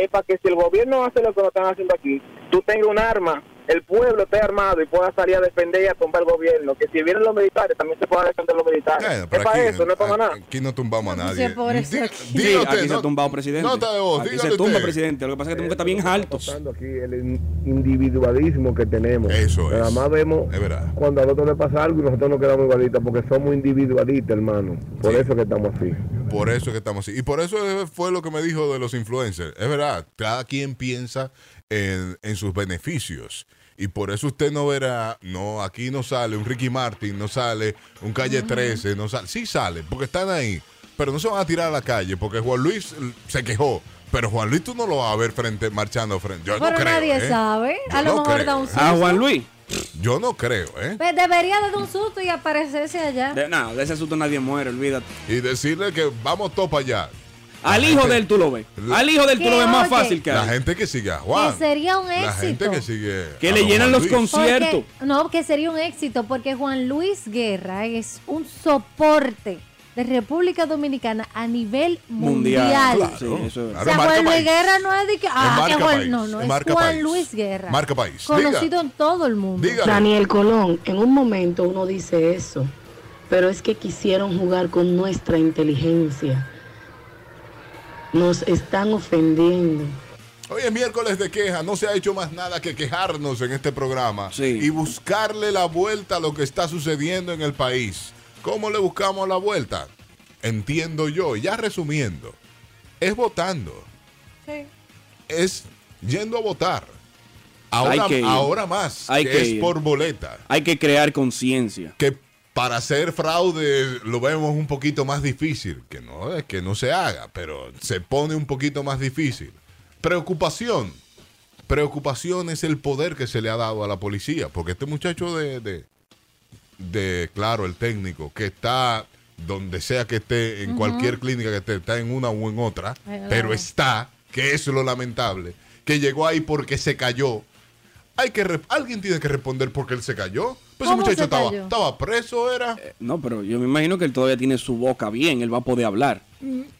es para que si el gobierno hace lo que lo están haciendo aquí, tú tengas un arma, el pueblo esté armado y pueda salir a defender y a tomar el gobierno. Que si vienen los militares, también se pueda defender los militares. Bueno, es pero para aquí- eso, no es para nada. Aquí no tumbamos a nadie. se empobrece Diga- aquí. diga Sí, usted, aquí se no- ha tumbado presidente. No está de voz, aquí dígale se tumba usted. presidente. Lo que pasa es que tenemos que estar bien altos. pasando Eh, aquí el in- individualismo que tenemos. Eso Nada es. más vemos cuando al otro le pasa algo y nosotros nos quedamos igualitas porque somos individualistas, hermano. Por eso que estamos así. Por eso es que estamos así. Y por eso fue lo que me dijo de los influencers. Es verdad, cada quien piensa en, en sus beneficios. Y por eso usted no verá, no, aquí no sale un Ricky Martin, no sale un Calle 13, no sale. Sí sale, porque están ahí. Pero no se van a tirar a la calle, porque Juan Luis eh, se quejó. Pero Juan Luis tú no lo vas a ver frente, marchando frente. Yo Pero no creo. nadie ¿eh? sabe. Yo a lo no mejor creo, da un ¿eh? susto. Luis? Yo no creo, ¿eh? Pues debería de dar un susto y aparecerse allá. De, no, de ese susto nadie muere, olvídate. Y decirle que vamos topa allá. Al hijo del tú lo ves. Al hijo del tú lo ves más fácil que a La él. gente que sigue a Juan. que sería un La gente éxito. que sigue. Que a le don llenan Ah, Juan los Luis. conciertos. Porque- no, que sería un éxito porque Juan Luis Guerra es un soporte de República Dominicana a nivel mundial. Claro, Sí, eso es. O claro, sea, marca Juan Luis país. Guerra no es de que. Ah, marca que Juan, país, no, no, es es marca Juan país. Luis Guerra. Marca país. Conocido Diga. en todo el mundo. Daniel Colón, en un momento uno dice eso, pero es que quisieron jugar con nuestra inteligencia. Nos están ofendiendo. Hoy es miércoles de queja, no se ha hecho más nada que quejarnos en este programa y buscarle la vuelta a lo que está sucediendo en el país. ¿Cómo le buscamos la vuelta? Entiendo yo, ya resumiendo, es votando, es yendo a votar. Ahora, Hay que ir. ahora más, Hay que es ir. por boleta. Hay que crear conciencia. Que para hacer fraude lo vemos un poquito más difícil, que no es que no se haga, pero se pone un poquito más difícil. Preocupación. Preocupación es el poder que se le ha dado a la policía, porque este muchacho de, de, de, claro, el técnico, que está donde sea que esté, en Ujú. cualquier clínica que esté, está en una o en otra, Ay, claro. pero está, que eso es lo lamentable, que llegó ahí porque se cayó. Hay que re- alguien tiene que responder porque él se cayó. Pues ¿Cómo ese muchacho se estaba, cayó? estaba preso, era. No, pero yo me imagino que él todavía tiene su boca bien, él va a poder hablar.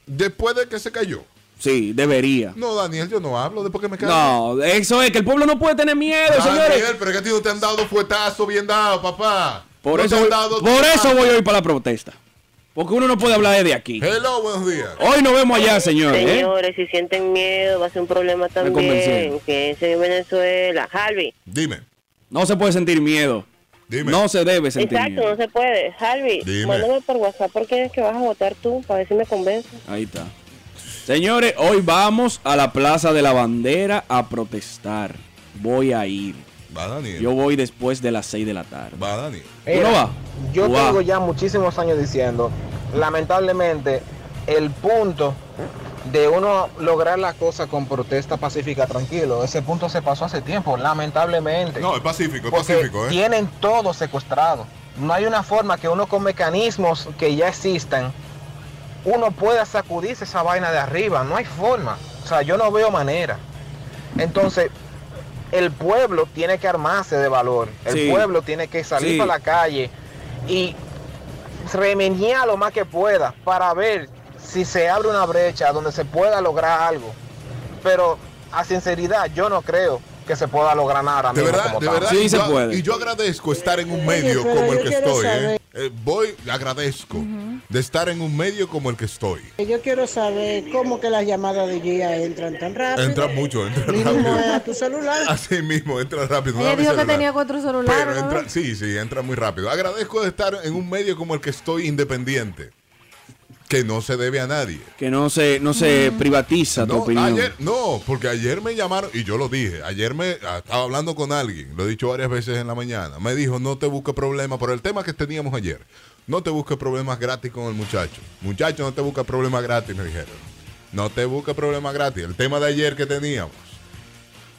Después de que se cayó. Sí, debería. No, Daniel, yo no hablo después que me cayó. No, eso es que el pueblo no puede tener miedo, señores. Daniel, pero es que a ti no te han dado fuetazo bien dado, papá. Por, No te eso, han voy- dado- por eso voy hoy para la protesta. Porque uno no puede hablar desde aquí. Hello, buenos días. Hoy nos vemos allá, señores. ¿eh? Señores, si sienten miedo, va a ser un problema también. convencieron. Que es en Venezuela. Harvey. Dime. No se puede sentir miedo. No se debe sentir Exacto, miedo. no se puede. Harvey, Dime. mándame por WhatsApp por quién es que vas a votar tú, para ver si me convences. Ahí está. Señores, hoy vamos a la Plaza de la Bandera a protestar. Voy a ir. Va, Daniel. Yo voy después de las 6 de la tarde. Va, Daniel. ¿Tú no vas? Yo Guau. tengo ya muchísimos años diciendo, lamentablemente, el punto de uno lograr la cosa con protesta pacífica, tranquilo, ese punto se pasó hace tiempo, lamentablemente. No, es pacífico, es Porque pacífico, ¿eh? Tienen todo secuestrado. No hay una forma que uno con mecanismos que ya existan, uno pueda sacudirse esa vaina de arriba. No hay forma. O sea, yo no veo manera. Entonces, el pueblo tiene que armarse de valor. El Sí. pueblo tiene que salir Sí. para la calle y remeniar lo más que pueda para ver si se abre una brecha donde se pueda lograr algo. Pero a sinceridad, yo no creo que se pueda lograr nada. ahora De mismo verdad, como de tal. verdad. y yo- Y yo agradezco estar en un medio pero como el yo que quiero estoy. saber- ¿eh? eh, voy, agradezco de estar en un medio como el que estoy. Yo quiero saber cómo que las llamadas de Gia entran tan rápido. Entra mucho, entra Mismo rápido. es a tu celular. Así mismo, entra rápido. Ella Dame dijo que celular. tenía cuatro celulares. Pero ¿no? entra- sí, sí, entra muy rápido. Agradezco de estar en un medio como el que estoy independiente, que no se debe a nadie. Que no se, no se Mm. privatiza tu No, opinión. ayer- no, porque ayer me llamaron, y yo lo dije, ayer me ah, estaba hablando con alguien, lo he dicho varias veces en la mañana, me dijo, no te busques problemas, por el tema que teníamos ayer, no te busques problemas gratis con el muchacho. Muchacho, no te busques problemas gratis, me dijeron. No te busques problemas gratis, el tema de ayer que teníamos.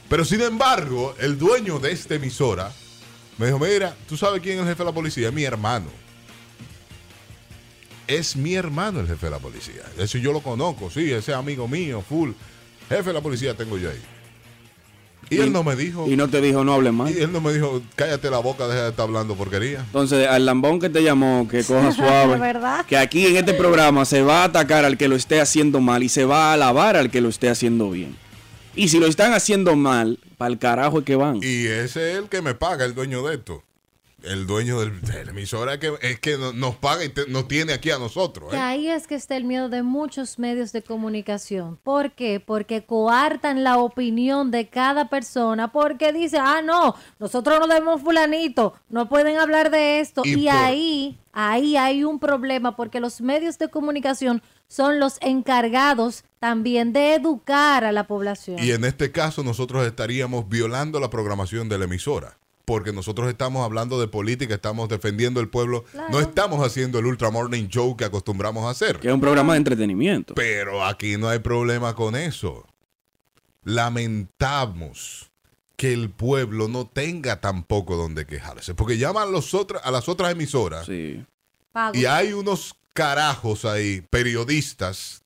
Pero sin embargo, el dueño de esta emisora me dijo, mira, ¿tú sabes quién es el jefe de la policía? Es mi hermano. Es mi hermano el jefe de la policía. Eso yo lo conozco, sí, ese es amigo mío, full. Jefe de la policía tengo yo ahí. Y, él no me dijo. Y no te dijo, no hables más. Y él no me dijo, cállate la boca, deja de estar hablando porquería. Entonces, al lambón que te llamó, que coja suave. ¿Verdad? Que aquí en este programa se va a atacar al que lo esté haciendo mal y se va a alabar al que lo esté haciendo bien. Y si lo están haciendo mal, para el carajo es que van. Y ese es el que me paga, el dueño de esto. El dueño del, de la emisora que, es que no- nos paga y te- nos tiene aquí a nosotros. Que ¿eh? ahí es que está el miedo de muchos medios de comunicación. ¿Por qué? Porque coartan la opinión de cada persona porque dicen, ah, no, nosotros no debemos fulanito, no pueden hablar de esto. Y Y, por- ahí, ahí hay un problema porque los medios de comunicación son los encargados también de educar a la población. Y en este caso nosotros estaríamos violando la programación de la emisora. Porque nosotros estamos hablando de política, estamos defendiendo el pueblo, no estamos haciendo el Ultra Morning Show que acostumbramos a hacer. Que es un programa de entretenimiento. Pero aquí no hay problema con eso. Lamentamos que el pueblo no tenga tampoco donde quejarse. Porque llaman los otros- a las otras emisoras. Pago. Y hay unos carajos ahí, periodistas,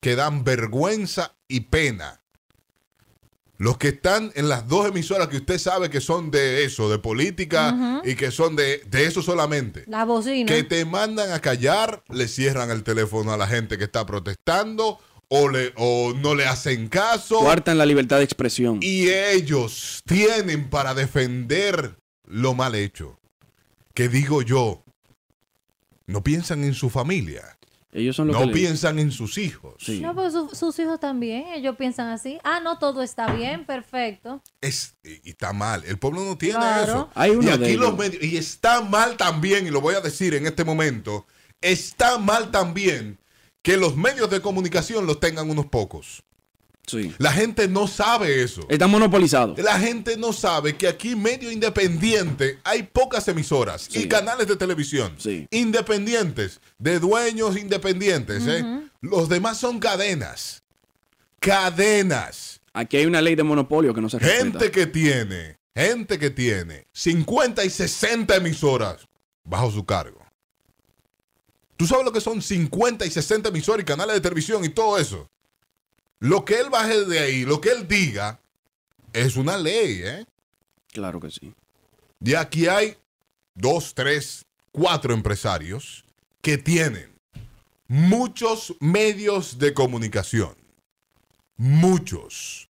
que dan vergüenza y pena. Los que están en las dos emisoras que usted sabe que son de eso, de política Ujú. y que son de, de eso solamente. La bocina. Que te mandan a callar, le cierran el teléfono a la gente que está protestando o, le, o no le hacen caso. Coartan la libertad de expresión. Y ellos tienen para defender lo mal hecho. Que digo yo, no piensan en su familia. Ellos son los No que le- piensan en sus hijos. No, pero su- sus hijos también, ellos piensan así. Ah, no, todo está bien, perfecto. Es, y y está mal. El pueblo no tiene Claro. eso. Hay uno y de aquí ellos. los medios. Y está mal también, y lo voy a decir en este momento. Está mal también que los medios de comunicación los tengan unos pocos. La gente no sabe eso. Está monopolizado. La gente no sabe que aquí medio independiente hay pocas emisoras y canales de televisión independientes, de dueños independientes. ¿eh? Los demás son cadenas. Cadenas. Aquí hay una ley de monopolio que no se respeta. Gente que tiene, gente que tiene 50 y 60 emisoras bajo su cargo. ¿Tú sabes lo que son 50 y 60 emisoras y canales de televisión y todo eso? Lo que él baje de ahí, lo que él diga, es una ley, ¿eh? Claro que sí. Y aquí hay dos, tres, cuatro empresarios que tienen muchos medios de comunicación. Muchos.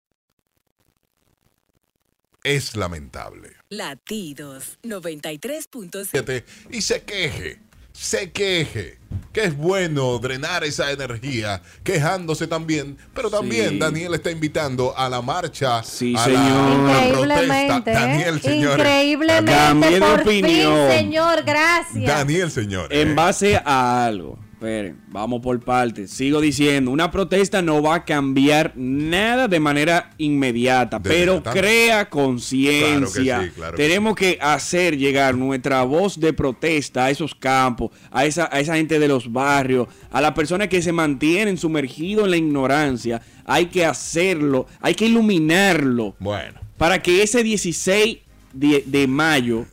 Es lamentable. Latidos 93.7. Fíjate, Y se queje, se queje. Que es bueno drenar esa energía, quejándose también. Pero también Sí. Daniel está invitando a la marcha. Sí, a La, señor. protesta. Increíblemente, ¿eh? Daniel, señores. Increíblemente, Cambié de por opinión. fin, señor, gracias. Daniel, señor. En base a algo. Esperen, vamos por partes. Sigo diciendo, una protesta no va a cambiar nada de manera inmediata, pero Inmediatamente. crea conciencia. Claro que sí, claro que Tenemos que hacer llegar nuestra voz de protesta a esos campos, a esa, a esa gente de los barrios, a las personas que se mantienen sumergidos en la ignorancia. Hay que hacerlo, hay que iluminarlo. Bueno. Para que ese 16 de, de mayo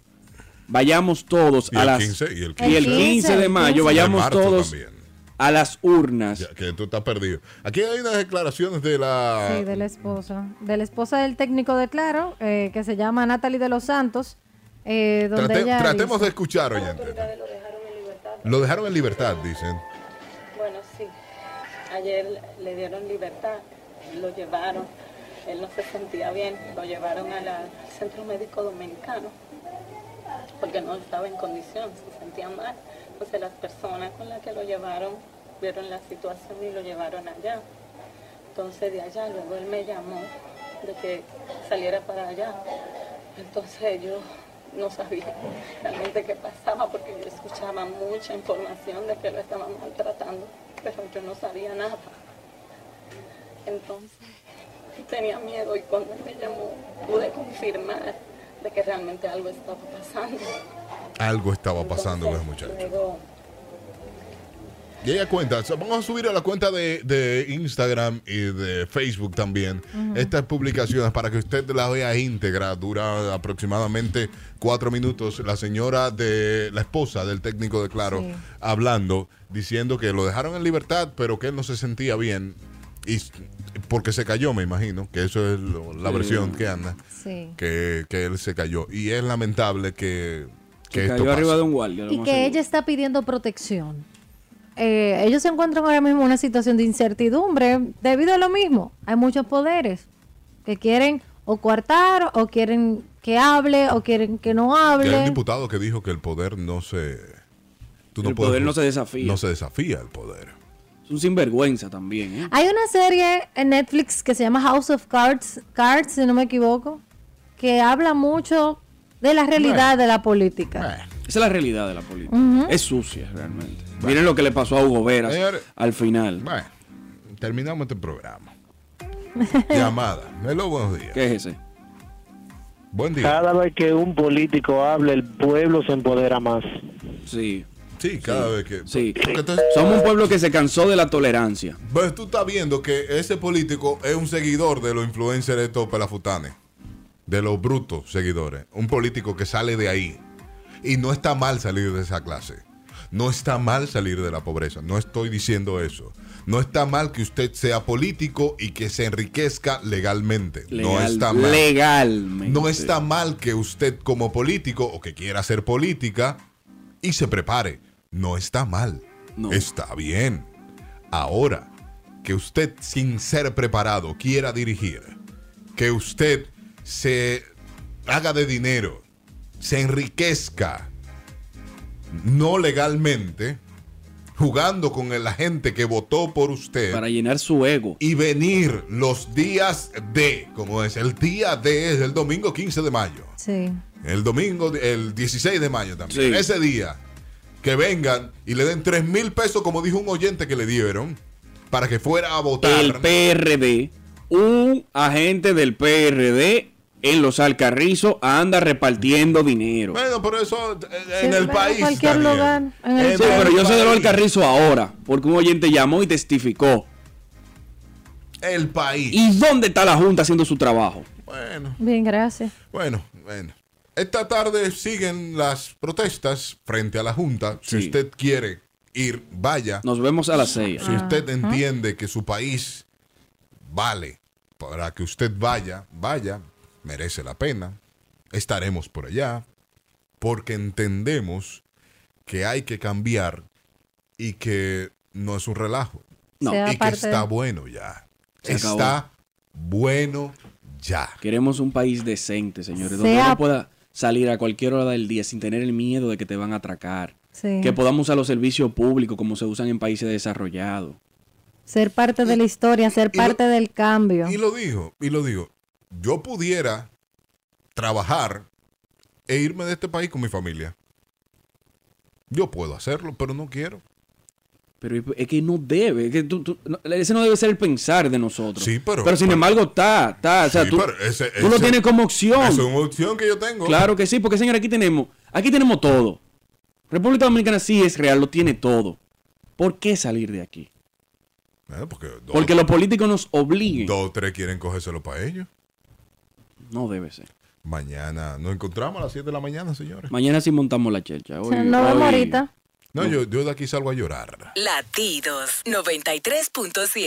vayamos todos Y a el las 15, y el y el 15 de mayo vayamos De marzo todos también. a las urnas. que tú estás perdido. Aquí hay unas declaraciones de la. Sí, de la esposa. De la esposa del técnico de Claro, eh, que se llama Natalie de los Santos. eh, donde Trate- ella tratemos dice- de escuchar, oyente. Lo dejaron en libertad, dicen. Bueno, sí. Ayer le dieron libertad, lo llevaron. Él no se sentía bien, lo llevaron a la- al centro médico dominicano. porque no estaba en condición, se sentía mal. Entonces las personas con las que lo llevaron vieron la situación y lo llevaron allá. Entonces de allá, luego él me llamó de que saliera para allá. Entonces yo no sabía realmente qué pasaba porque yo escuchaba mucha información de que lo estaban maltratando, pero yo no sabía nada. Entonces tenía miedo y cuando él me llamó pude confirmar de que realmente algo estaba pasando. Algo estaba pasando con los muchachos. Luego Y ella cuenta, so, vamos a subir a la cuenta de, de Instagram y de Facebook también Ujú. estas publicaciones para que usted las vea íntegra. Dura aproximadamente cuatro minutos. La señora de la esposa del técnico de Claro Sí. hablando, diciendo que lo dejaron en libertad, pero que él no se sentía bien. Y s- porque se cayó, me imagino, que eso es lo- la Sí. versión que anda, Sí. que, que él se cayó. Y es lamentable que, que Se esto cayó arriba pase. de un guardia. lo Y más que seguro. ella está pidiendo protección. Eh, ellos se encuentran ahora mismo en una situación de incertidumbre debido a lo mismo. Hay muchos poderes que quieren o coartar o quieren que hable o quieren que no Que hay un hable. diputado que dijo que el poder no se. tú El puedes- poder no se desafía. No se desafía el poder. Es un sinvergüenza también, ¿eh? Hay una serie en Netflix que se llama House of Cards, Cards si no me equivoco, que habla mucho de la realidad de la política. Esa es la realidad de la política. Ujú. Es sucia realmente. Miren lo que le pasó a Hugo Veras Señores. al final. terminamos este programa. Llamada. Hello, buenos días. ¿Qué es ese? Buen día. Cada vez que un político habla, el pueblo se empodera más. Sí. Sí, cada vez que. Sí. entonces- Somos un pueblo que se cansó de la tolerancia. Pues tú estás viendo que ese político es un seguidor de los influencers de estos pelafutanes. De los brutos seguidores. Un político que sale de ahí. Y no está mal salir de esa clase. No está mal salir de la pobreza. No estoy diciendo eso. No está mal que usted sea político y que se enriquezca legalmente. no Legal- está mal. legalmente. No está mal que usted como político o que quiera hacer política y se prepare. No está mal. Está bien. Ahora, que usted sin ser preparado quiera dirigir, que usted se haga de dinero, se enriquezca, no legalmente, jugando con la gente que votó por usted. Para llenar su ego. Y venir los días de, como es, el día de es el domingo 15 de mayo. Sí. El domingo, el 16 de mayo también. Ese día, que vengan y le den 3 mil pesos, como dijo un oyente que le dieron, para que fuera a votar. El PRD, un agente del PRD en los Alcarrizos anda repartiendo dinero. Bueno, pero eso eh, Sí, en el en país. cualquier Daniel. lugar, en el Eh, Sí, pero yo sé de los Alcarrizos ahora, porque un oyente llamó y testificó. El país. ¿Y dónde está la Junta haciendo su trabajo? Bueno, Bien, gracias. bueno, bueno. Esta tarde siguen las protestas frente a la Junta. Si usted quiere ir, vaya. Nos vemos a las seis. Si usted Ajá. entiende que su país vale para que usted vaya, vaya, merece la pena. Estaremos por allá porque entendemos que hay que cambiar y que no es un relajo. No. Sea Y que parte está de- bueno ya. Se acabó. Está bueno ya. Queremos un país decente, señores, donde Sea- uno pueda salir a cualquier hora del día sin tener el miedo de que te van a atracar. Sí. Que podamos usar los servicios públicos como se usan en países desarrollados. Ser parte de la historia, ser parte del cambio. Y lo digo, y lo digo. Yo pudiera trabajar e irme de este país con mi familia. Yo puedo hacerlo, pero no quiero. Pero es que no debe, es que tú- tú- no, ese no debe ser el pensar de nosotros. Sí, pero- sin pero- embargo está, está, o sea, Sí, tú, pero ese- tú lo ese- tienes como opción. esa Es una opción que yo tengo. Claro que sí, porque señor, aquí tenemos, aquí tenemos todo. República Dominicana sí es real, lo tiene todo. ¿Por qué salir de aquí? Eh, porque dos, Porque los políticos nos obliguen. dos o tres quieren cogérselo para ellos. No debe ser. Mañana nos encontramos a las 7 de la mañana, señores. Mañana sí montamos la chelcha. Hoy- Nos vemos hoy- ahorita. No, yo, yo de aquí salgo a llorar. Latidos 93.7.